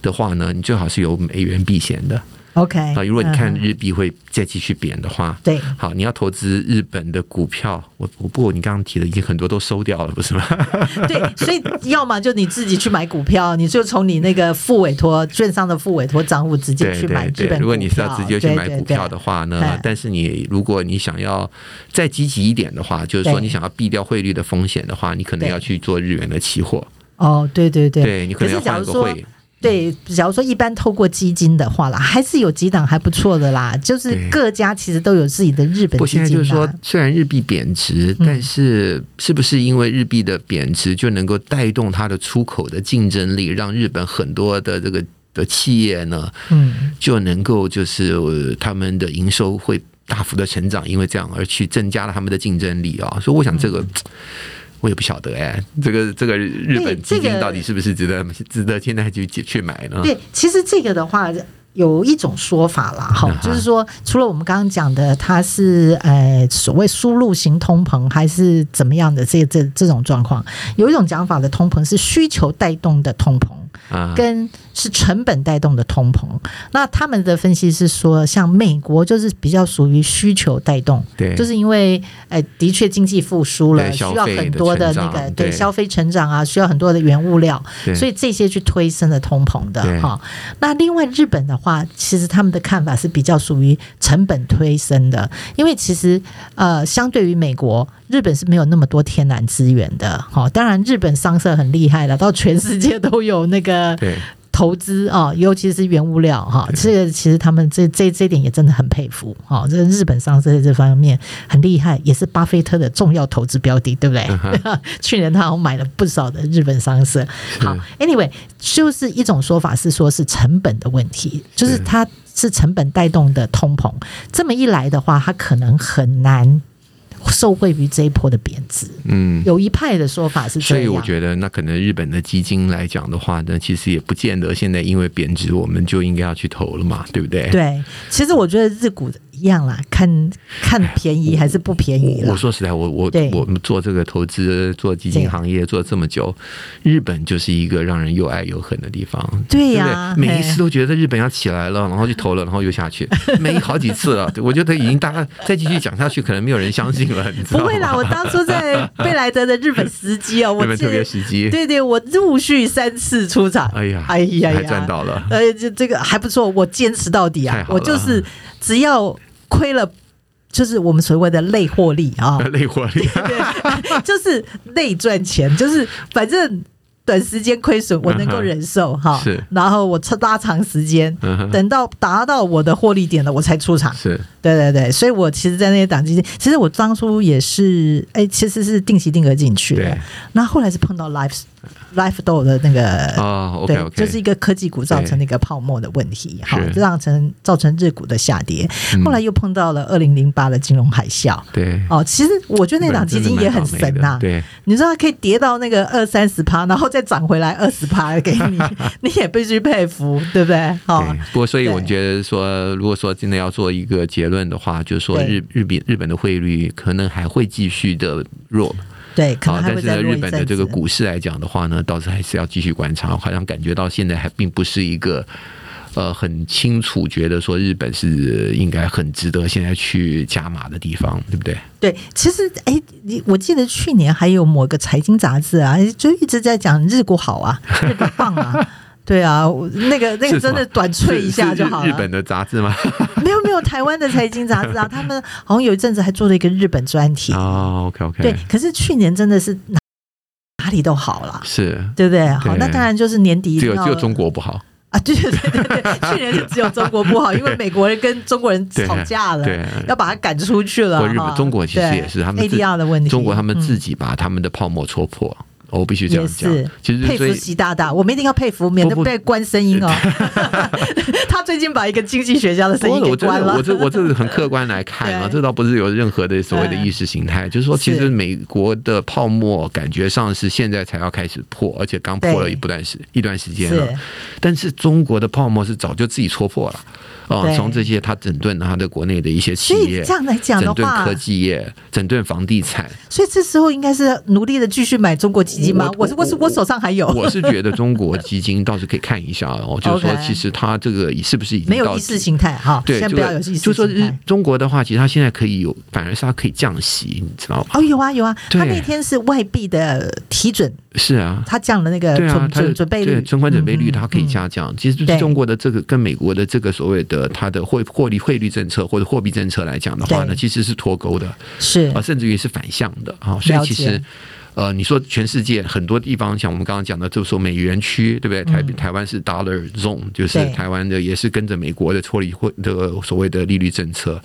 Speaker 2: 的话呢，你最好是有美元避险的
Speaker 1: OK，
Speaker 2: 啊。如果你
Speaker 1: 嗯
Speaker 2: 看
Speaker 1: 哼
Speaker 2: 日币会再继续贬的话，
Speaker 1: 对
Speaker 2: 好，你要投资日本的股票，我我不过你刚刚提的已经很多都收掉了，不是吗？ <laughs>
Speaker 1: 对，所以要么就你自己去买股票，你就从你那个副委托券商的副委托账户直接
Speaker 2: 对
Speaker 1: 去买
Speaker 2: 对
Speaker 1: 日
Speaker 2: 对，
Speaker 1: 本
Speaker 2: 如果你是要
Speaker 1: 股票
Speaker 2: 直接去买股票，
Speaker 1: 对对对
Speaker 2: 的话呢
Speaker 1: 哎，
Speaker 2: 但是你如果你想要再积极一点的话，就是说
Speaker 1: 对
Speaker 2: 你想要避掉汇率的风险的话，你可能
Speaker 1: 对
Speaker 2: 要去做日元的期货，
Speaker 1: 哦，对对对，
Speaker 2: 对你可能要
Speaker 1: 是假
Speaker 2: 换
Speaker 1: 如
Speaker 2: 个
Speaker 1: 说
Speaker 2: 汇。
Speaker 1: 对，假如说一般透过基金的话啦，还是有几档还不错的啦，就是
Speaker 2: 对
Speaker 1: 各家其实都有自己的日本
Speaker 2: 不过
Speaker 1: 基金嗯啦。
Speaker 2: 现在就是说，虽然日币贬值，但是是不是因为日币的贬值就能够带动它的出口的竞争力，让日本很多的这个的企业呢
Speaker 1: 嗯，
Speaker 2: 就能够就是、呃他们的营收会大幅的成长，因为这样而去增加了他们的竞争力啊、所以我想这
Speaker 1: 嗯
Speaker 2: 个。我也不晓得哎、这个这个日本基
Speaker 1: 这
Speaker 2: 金
Speaker 1: 个
Speaker 2: 到底是不是值得值得现在去去买呢？
Speaker 1: 对，其实这个的话。有一种说法啦，哈
Speaker 2: 嗯，哼
Speaker 1: 就是说，除了我们刚刚讲的，它是呃所谓输入型通膨，还是怎么样的这这这种状况，有一种讲法的通膨是需求带动的通膨，
Speaker 2: 啊，
Speaker 1: 跟是成本带动的通膨。那他们的分析是说，像美国就是比较属于需求带动，
Speaker 2: 对
Speaker 1: 就是因为哎，的确经济复苏了，
Speaker 2: 对
Speaker 1: 需
Speaker 2: 消
Speaker 1: 要
Speaker 2: 费
Speaker 1: 很
Speaker 2: 的
Speaker 1: 多的
Speaker 2: 成
Speaker 1: 那个
Speaker 2: 长
Speaker 1: 对
Speaker 2: 对
Speaker 1: 消费成长啊，需要很多的原物料，
Speaker 2: 对
Speaker 1: 所以这些去推升了通膨的
Speaker 2: 对
Speaker 1: 哈。那另外日本的话，其实他们的看法是比较属于成本推升的，因为其实呃，相对于美国，日本是没有那么多天然资源的。哈，当然日本商社很厉害了，到全世界都有那个
Speaker 2: 对
Speaker 1: 投资啊、尤其是原物料哈、这个其实他们这这这一点也真的很佩服哈、这个日本商社在这方面很厉害，也是巴菲特的重要投资标的，对不对？
Speaker 2: 嗯
Speaker 1: <laughs> 去年他好像买了不少的日本商社。好，anyway，就是一种说法是说是成本的问题，就是
Speaker 2: 是
Speaker 1: 它是成本带动的通膨，这么一来的话，它可能很难受惠于这一波的贬值。
Speaker 2: 嗯，
Speaker 1: 有一派的说法是这
Speaker 2: 所
Speaker 1: 样，
Speaker 2: 以我觉得，那可能日本的基金来讲的话呢，其实也不见得现在因为贬值，我们就应该要去投了嘛，对不对？
Speaker 1: 对，其实我觉得日股一样啦，看看便宜还是不便宜
Speaker 2: 我
Speaker 1: 啦
Speaker 2: 我。说实在，我我
Speaker 1: 对
Speaker 2: 我们做这个投资、做基
Speaker 1: 对
Speaker 2: 金行业做这么久，日本就是一个让人又爱又恨的地方。
Speaker 1: 对
Speaker 2: 对不
Speaker 1: 呀、
Speaker 2: 对？每一
Speaker 1: 嘿
Speaker 2: 次都觉得日本要起来了，然后就投了，然后又下
Speaker 1: <laughs>
Speaker 2: 去，没好几次了。对我觉得已经大家再继续讲下去，可能没有人相信了，你知
Speaker 1: 不
Speaker 2: 道吗？
Speaker 1: 会啦，我当初在贝莱德的日本时机
Speaker 2: <laughs>
Speaker 1: 哦，我
Speaker 2: 日本
Speaker 1: 记
Speaker 2: 特
Speaker 1: 得
Speaker 2: 别时机，
Speaker 1: 对对，我陆续三次出场，
Speaker 2: 哎呀，
Speaker 1: 哎呀呀，
Speaker 2: 还赚到了。
Speaker 1: 呃，这这个还不错，我坚持到底
Speaker 2: 太
Speaker 1: 啊！
Speaker 2: 好了
Speaker 1: 我就是只要亏了，就是我们所谓的累获利
Speaker 2: <laughs>，
Speaker 1: 啊
Speaker 2: 累活力，
Speaker 1: 对，就是累赚钱，就是反正短时间亏损我能够忍受哈
Speaker 2: <laughs> 是，
Speaker 1: 然后我拉长时间。
Speaker 2: 嗯哼，
Speaker 1: 等到达到我的获利点了，我才出场。
Speaker 2: 是
Speaker 1: 对对对，所以我其实，在那些档基金，其实我当初也是，哎，其实是定期定额进去的
Speaker 2: 对。嗯
Speaker 1: 那后来是碰到 Life Life 豆的那个
Speaker 2: 哦
Speaker 1: 对
Speaker 2: ，OK
Speaker 1: 就是
Speaker 2: OK，
Speaker 1: 一个科技股造成的一个泡沫的问题，哈，
Speaker 2: 是
Speaker 1: 让成造成日股的下跌。
Speaker 2: 嗯
Speaker 1: 后来又碰到了二零零八的金融海啸。
Speaker 2: 对，
Speaker 1: 哦，其实我觉得那档基金也很神呐、
Speaker 2: 真的蛮倒霉的对，
Speaker 1: 你知道它可以跌到那个二三十趴，然后再涨回来二十趴给
Speaker 2: <laughs>
Speaker 1: 你，你也必须佩服，对不对？好、
Speaker 2: 对，不过所以
Speaker 1: 对
Speaker 2: 我觉得说，如果说真的要做一个结论的话，就是说
Speaker 1: 对
Speaker 2: 日日本日本的汇率可能还会继续的弱，
Speaker 1: 对，可
Speaker 2: 好，
Speaker 1: 能还
Speaker 2: 啊但
Speaker 1: 会
Speaker 2: 是
Speaker 1: 再
Speaker 2: 呢，
Speaker 1: 弱
Speaker 2: 日
Speaker 1: 一
Speaker 2: 本
Speaker 1: 阵
Speaker 2: 的
Speaker 1: 子。
Speaker 2: 这个股市来讲的话呢，倒是还是要继续观察，好像感觉到现在还并不是一个。呃，很清楚觉得说日本是应该很值得现在去加码的地方，对不对？
Speaker 1: 对，其实哎，你我记得去年还有某个财经杂志啊，就一直在讲日股好
Speaker 2: <laughs>
Speaker 1: 啊，日本棒啊，对啊，我那个那个
Speaker 2: 是什
Speaker 1: 真
Speaker 2: 么
Speaker 1: 的短脆一下
Speaker 2: 是
Speaker 1: 就好
Speaker 2: 是日
Speaker 1: 了
Speaker 2: 日。本的杂志吗？
Speaker 1: 没有没有，台湾的财经杂志啊，他们好像有一阵子还做了一个日本专题。
Speaker 2: 哦，OK OK，
Speaker 1: 对，可是去年真的是哪哪里都好啦，
Speaker 2: 是
Speaker 1: 对不对？好，那当然就是年底一
Speaker 2: 只
Speaker 1: 定
Speaker 2: 有
Speaker 1: 要
Speaker 2: 只有中国不好，
Speaker 1: 啊，对对对对对，去年是只有中国不好，因为美国人跟中国人
Speaker 2: 对
Speaker 1: 吵架了，
Speaker 2: 对，
Speaker 1: 要把他赶出去了
Speaker 2: 不
Speaker 1: 哈。
Speaker 2: 嗯过日本中国其实也是他们
Speaker 1: A
Speaker 2: 自
Speaker 1: D R 的问题，
Speaker 2: 中国他们
Speaker 1: 嗯
Speaker 2: 自己把他们的泡沫戳破，我必须这样讲
Speaker 1: 也是。
Speaker 2: 其实
Speaker 1: 佩
Speaker 2: 所以
Speaker 1: 服习大大，我们一定要佩服，免得
Speaker 2: 不不呃
Speaker 1: 被关声音哦。 <laughs> 他最近把一个经济学家的声
Speaker 2: 不
Speaker 1: 音
Speaker 2: 过
Speaker 1: 给
Speaker 2: 我真
Speaker 1: 关
Speaker 2: 的，
Speaker 1: 了
Speaker 2: 我。这我这是很客观来看
Speaker 1: <laughs> 对
Speaker 2: 啊，
Speaker 1: 嗯
Speaker 2: 这倒不是有任何的所谓的意识形态，就是说，其
Speaker 1: 是
Speaker 2: 实美国的泡沫感觉上是现在才要开始破，而且刚破了
Speaker 1: 对
Speaker 2: 一不段时一段时间了
Speaker 1: 是，，
Speaker 2: 但是中国的泡沫是早就自己戳破了。哦
Speaker 1: 对，
Speaker 2: 从这些他整顿他的国内的一些企
Speaker 1: 所以
Speaker 2: 业，
Speaker 1: 这样来讲的
Speaker 2: 整顿
Speaker 1: 话
Speaker 2: 科，技业，整顿房地产，
Speaker 1: 所以这时候应该是努力的继续买中国基金吗？
Speaker 2: 我
Speaker 1: 我是我是我手上还有，
Speaker 2: 我是觉得中国基金倒是可以看一下
Speaker 1: <laughs>
Speaker 2: 哦，就是说
Speaker 1: OK
Speaker 2: 其实它这个是不是已
Speaker 1: <laughs>
Speaker 2: 经
Speaker 1: 没
Speaker 2: 到
Speaker 1: 有意识形态哈，
Speaker 2: 对，
Speaker 1: 先
Speaker 2: 就
Speaker 1: 不要有意识
Speaker 2: 就说
Speaker 1: 形
Speaker 2: 日
Speaker 1: 态。
Speaker 2: 中国的话，其实它现在可以有，反而是它可以降息，你知道吗？
Speaker 1: 哦，有啊有啊，
Speaker 2: 对
Speaker 1: 他那天是外币的提准，
Speaker 2: 是啊。
Speaker 1: 他降了那个
Speaker 2: 对啊，
Speaker 1: 准
Speaker 2: 它的
Speaker 1: 呃准准备
Speaker 2: 对
Speaker 1: 率，
Speaker 2: 存款准备率
Speaker 1: 嗯
Speaker 2: 它可以下降。其实
Speaker 1: 对
Speaker 2: 中国的这个跟美国的这个所谓的它的汇获利汇率政策或者货币政策来讲的话呢，
Speaker 1: 对
Speaker 2: 其实是脱钩的。
Speaker 1: 是
Speaker 2: 啊，甚至于是反向的啊。所
Speaker 1: 嗯
Speaker 2: 以
Speaker 1: 了
Speaker 2: 其
Speaker 1: 解
Speaker 2: 实，呃，你说全世界很多地方，像我们刚刚讲的，就是说美元区，对不对？台、台湾是 dollar zone，就是
Speaker 1: 嗯对
Speaker 2: 台湾的也是跟着美国的脱离或这个所谓的利率政策，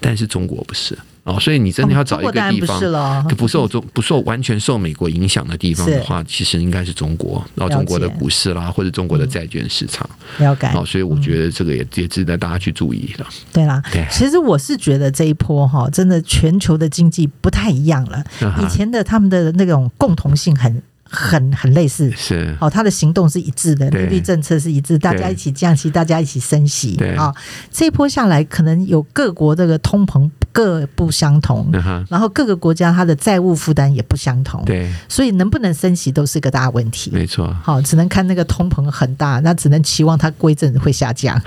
Speaker 2: 但是中国不是。哦，所以你真的要
Speaker 1: 嗯哦
Speaker 2: 找一
Speaker 1: 中国当
Speaker 2: 个
Speaker 1: 然
Speaker 2: 地
Speaker 1: 不
Speaker 2: 方
Speaker 1: 是了
Speaker 2: 不受中不受完全受美国影响的地方的
Speaker 1: 是
Speaker 2: 话，其实应该是中国，然后
Speaker 1: 了
Speaker 2: 中国的
Speaker 1: 解
Speaker 2: 股市啦，或者中国的债券市场。
Speaker 1: 了解。
Speaker 2: 哦，所以我觉得这个也也值得大家去注意了。
Speaker 1: 对啦
Speaker 2: 对，
Speaker 1: 其实我是觉得这一波哈，真的全球的经济不太一样了
Speaker 2: 啊。哈
Speaker 1: 以前的他们的那种共同性很很很类似，
Speaker 2: <laughs> 是，嗯
Speaker 1: 哦，他的行动是一致的，利
Speaker 2: 对
Speaker 1: 率政策是一致，大家一起降息，大家一起升息
Speaker 2: 对
Speaker 1: 啊、这一波下来，可能有各国这个通膨各不相同，
Speaker 2: 嗯哼，
Speaker 1: 然后各个国家它的债务负担也不相同，
Speaker 2: 对，
Speaker 1: 所以能不能升息都是个大问题。
Speaker 2: 没错。
Speaker 1: 好，只能看那个通膨很大，那只能期望它归正会下降，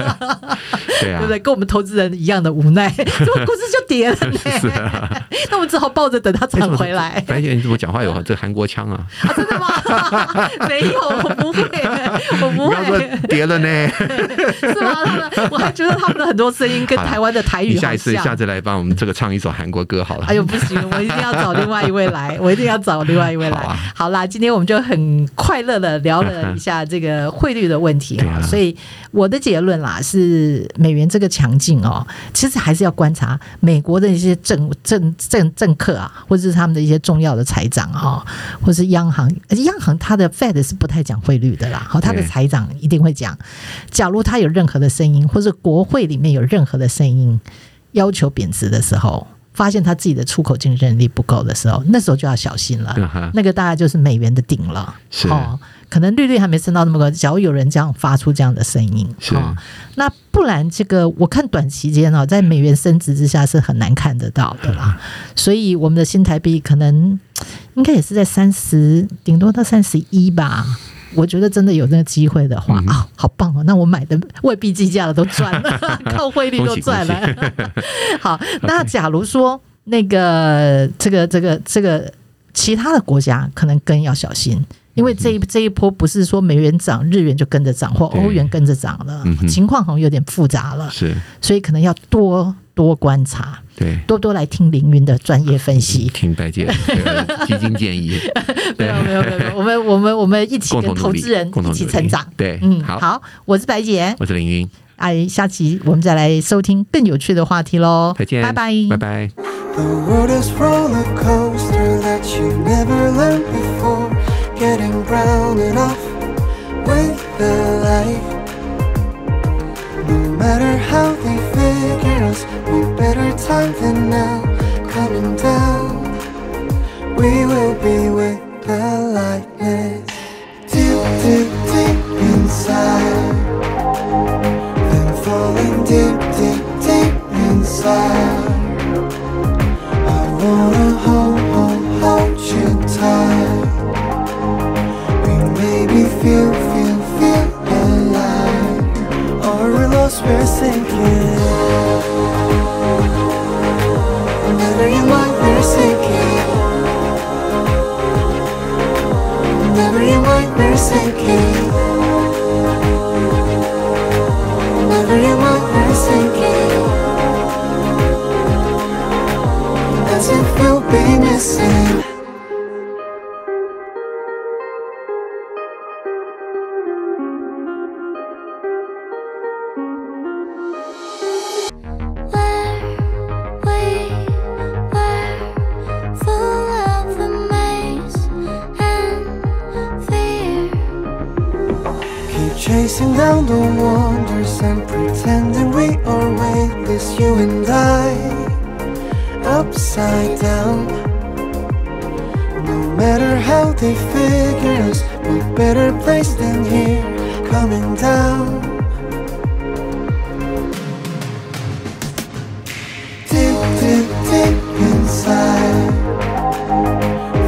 Speaker 2: 对啊，
Speaker 1: 对不对？跟我们投资人一样的无奈， <laughs> 怎么股市就跌了
Speaker 2: <laughs>
Speaker 1: 呢？那我们只好抱着等它
Speaker 2: 为什
Speaker 1: 涨
Speaker 2: 么
Speaker 1: 回来。
Speaker 2: 啊白姐，你怎么讲话
Speaker 1: 嗯
Speaker 2: 有这韩国腔啊？
Speaker 1: 啊，真的吗？没有，我不会，我
Speaker 2: 你
Speaker 1: 不
Speaker 2: 不要说
Speaker 1: 会。
Speaker 2: 跌了呢，
Speaker 1: 是吗？他们，我还觉得他们的很多声音跟台湾的台哎语
Speaker 2: 你
Speaker 1: 好
Speaker 2: 下一次
Speaker 1: 像。
Speaker 2: 下次来帮我们这个唱一首韩国歌好了。
Speaker 1: 哎呦，不行，我一定要找另外一位来，我一定要找另外一位来。
Speaker 2: 好啊
Speaker 1: 啦，今天我们就很快乐的聊了一下这个汇率的问题
Speaker 2: <laughs> 对啊
Speaker 1: 所以我的结论啦是，美元这个强劲哦，其实还是要观察美国的一些政政政政客啊，或者是他们的一些重要的财长啊、哦，或是央行，呃央行它的 Fed 是不太讲汇率的啦，好，它的
Speaker 2: 对
Speaker 1: 财长一定会讲。假如他有任何的声音，或是国会里面有任何的声音要求贬值的时候，发现他自己的出口竞争力不够的时候，那时候就要小心了。
Speaker 2: 嗯哼
Speaker 1: 那个大概就是美元的顶了。
Speaker 2: 是
Speaker 1: 哦，可能利率还没升到那么高，假如有人这样发出这样的声音，
Speaker 2: 是
Speaker 1: 哦，那不然这个我看短期间哦，在美元升值之下是很难看得到的啦。所以我们的新台币可能应该也是在三十，顶多到三十一吧。我觉得真的有那个机会的
Speaker 2: 嗯
Speaker 1: 话啊、好棒哦！那我买的未必计价的都赚
Speaker 2: <laughs>
Speaker 1: 了，靠汇率都赚
Speaker 2: 恭
Speaker 1: 了。 <laughs> 好，那假如说那个这个这个这个其他的国家可能更要小心。因为
Speaker 2: 嗯
Speaker 1: 这一这一波不是说美元涨，日元就跟着涨，或
Speaker 2: 对
Speaker 1: 欧元跟着涨了
Speaker 2: 嗯，哼
Speaker 1: 情况好像有点复杂了，
Speaker 2: 是，
Speaker 1: 所以可能要多多观察，
Speaker 2: 对。
Speaker 1: 多多来听凌云的专业分析。
Speaker 2: 听白姐的基金
Speaker 1: <laughs>
Speaker 2: 建议，
Speaker 1: 没
Speaker 2: 对
Speaker 1: 有没有没有没有，我们我们我们一起
Speaker 2: 共
Speaker 1: 跟
Speaker 2: 同
Speaker 1: 投
Speaker 2: 努力
Speaker 1: 资人
Speaker 2: 共
Speaker 1: 一
Speaker 2: 同
Speaker 1: 起
Speaker 2: 努
Speaker 1: 成
Speaker 2: 力
Speaker 1: 长。
Speaker 2: 对
Speaker 1: 嗯，
Speaker 2: 好
Speaker 1: 好，我是白姐，
Speaker 2: 我是凌云，
Speaker 1: 哎，下期我们再来收听更有趣的话题喽，
Speaker 2: 再见，
Speaker 1: 拜拜，
Speaker 2: 拜拜。
Speaker 3: The world is roller coaster that you never learned before. Getting brown and off with the life. No matter how they figure us, no better time than now. Coming down, we will be with the lightness. Deep, deep, deep inside. Then falling deep, deep, deep inside. I wanna hold, hold, hold you tight. We maybe feel, feel, feel alive. Or we're lost, we're sinking. Never in life we're sinking. Never in life we're sinking. Never in life we're sinking. as if we'll be missing.
Speaker 4: Where we were full of amaze and fear.
Speaker 3: Keep chasing down the wonders and pretending we are weightless, you and I. Upside down. No matter how they figure us, we're better placed than here. Coming down. Deep, deep, deep inside.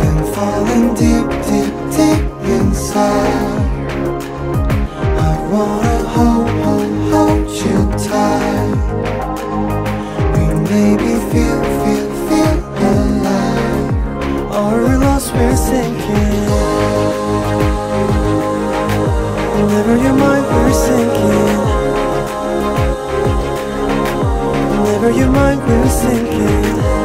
Speaker 3: Then falling deep, deep, deep inside. I wanna hold, hold, hold you tight. We maybe feel, feel, feel alive. Or we're lost, we're sinking. Never your mind, we're sinking. Never your mind, we're sinking.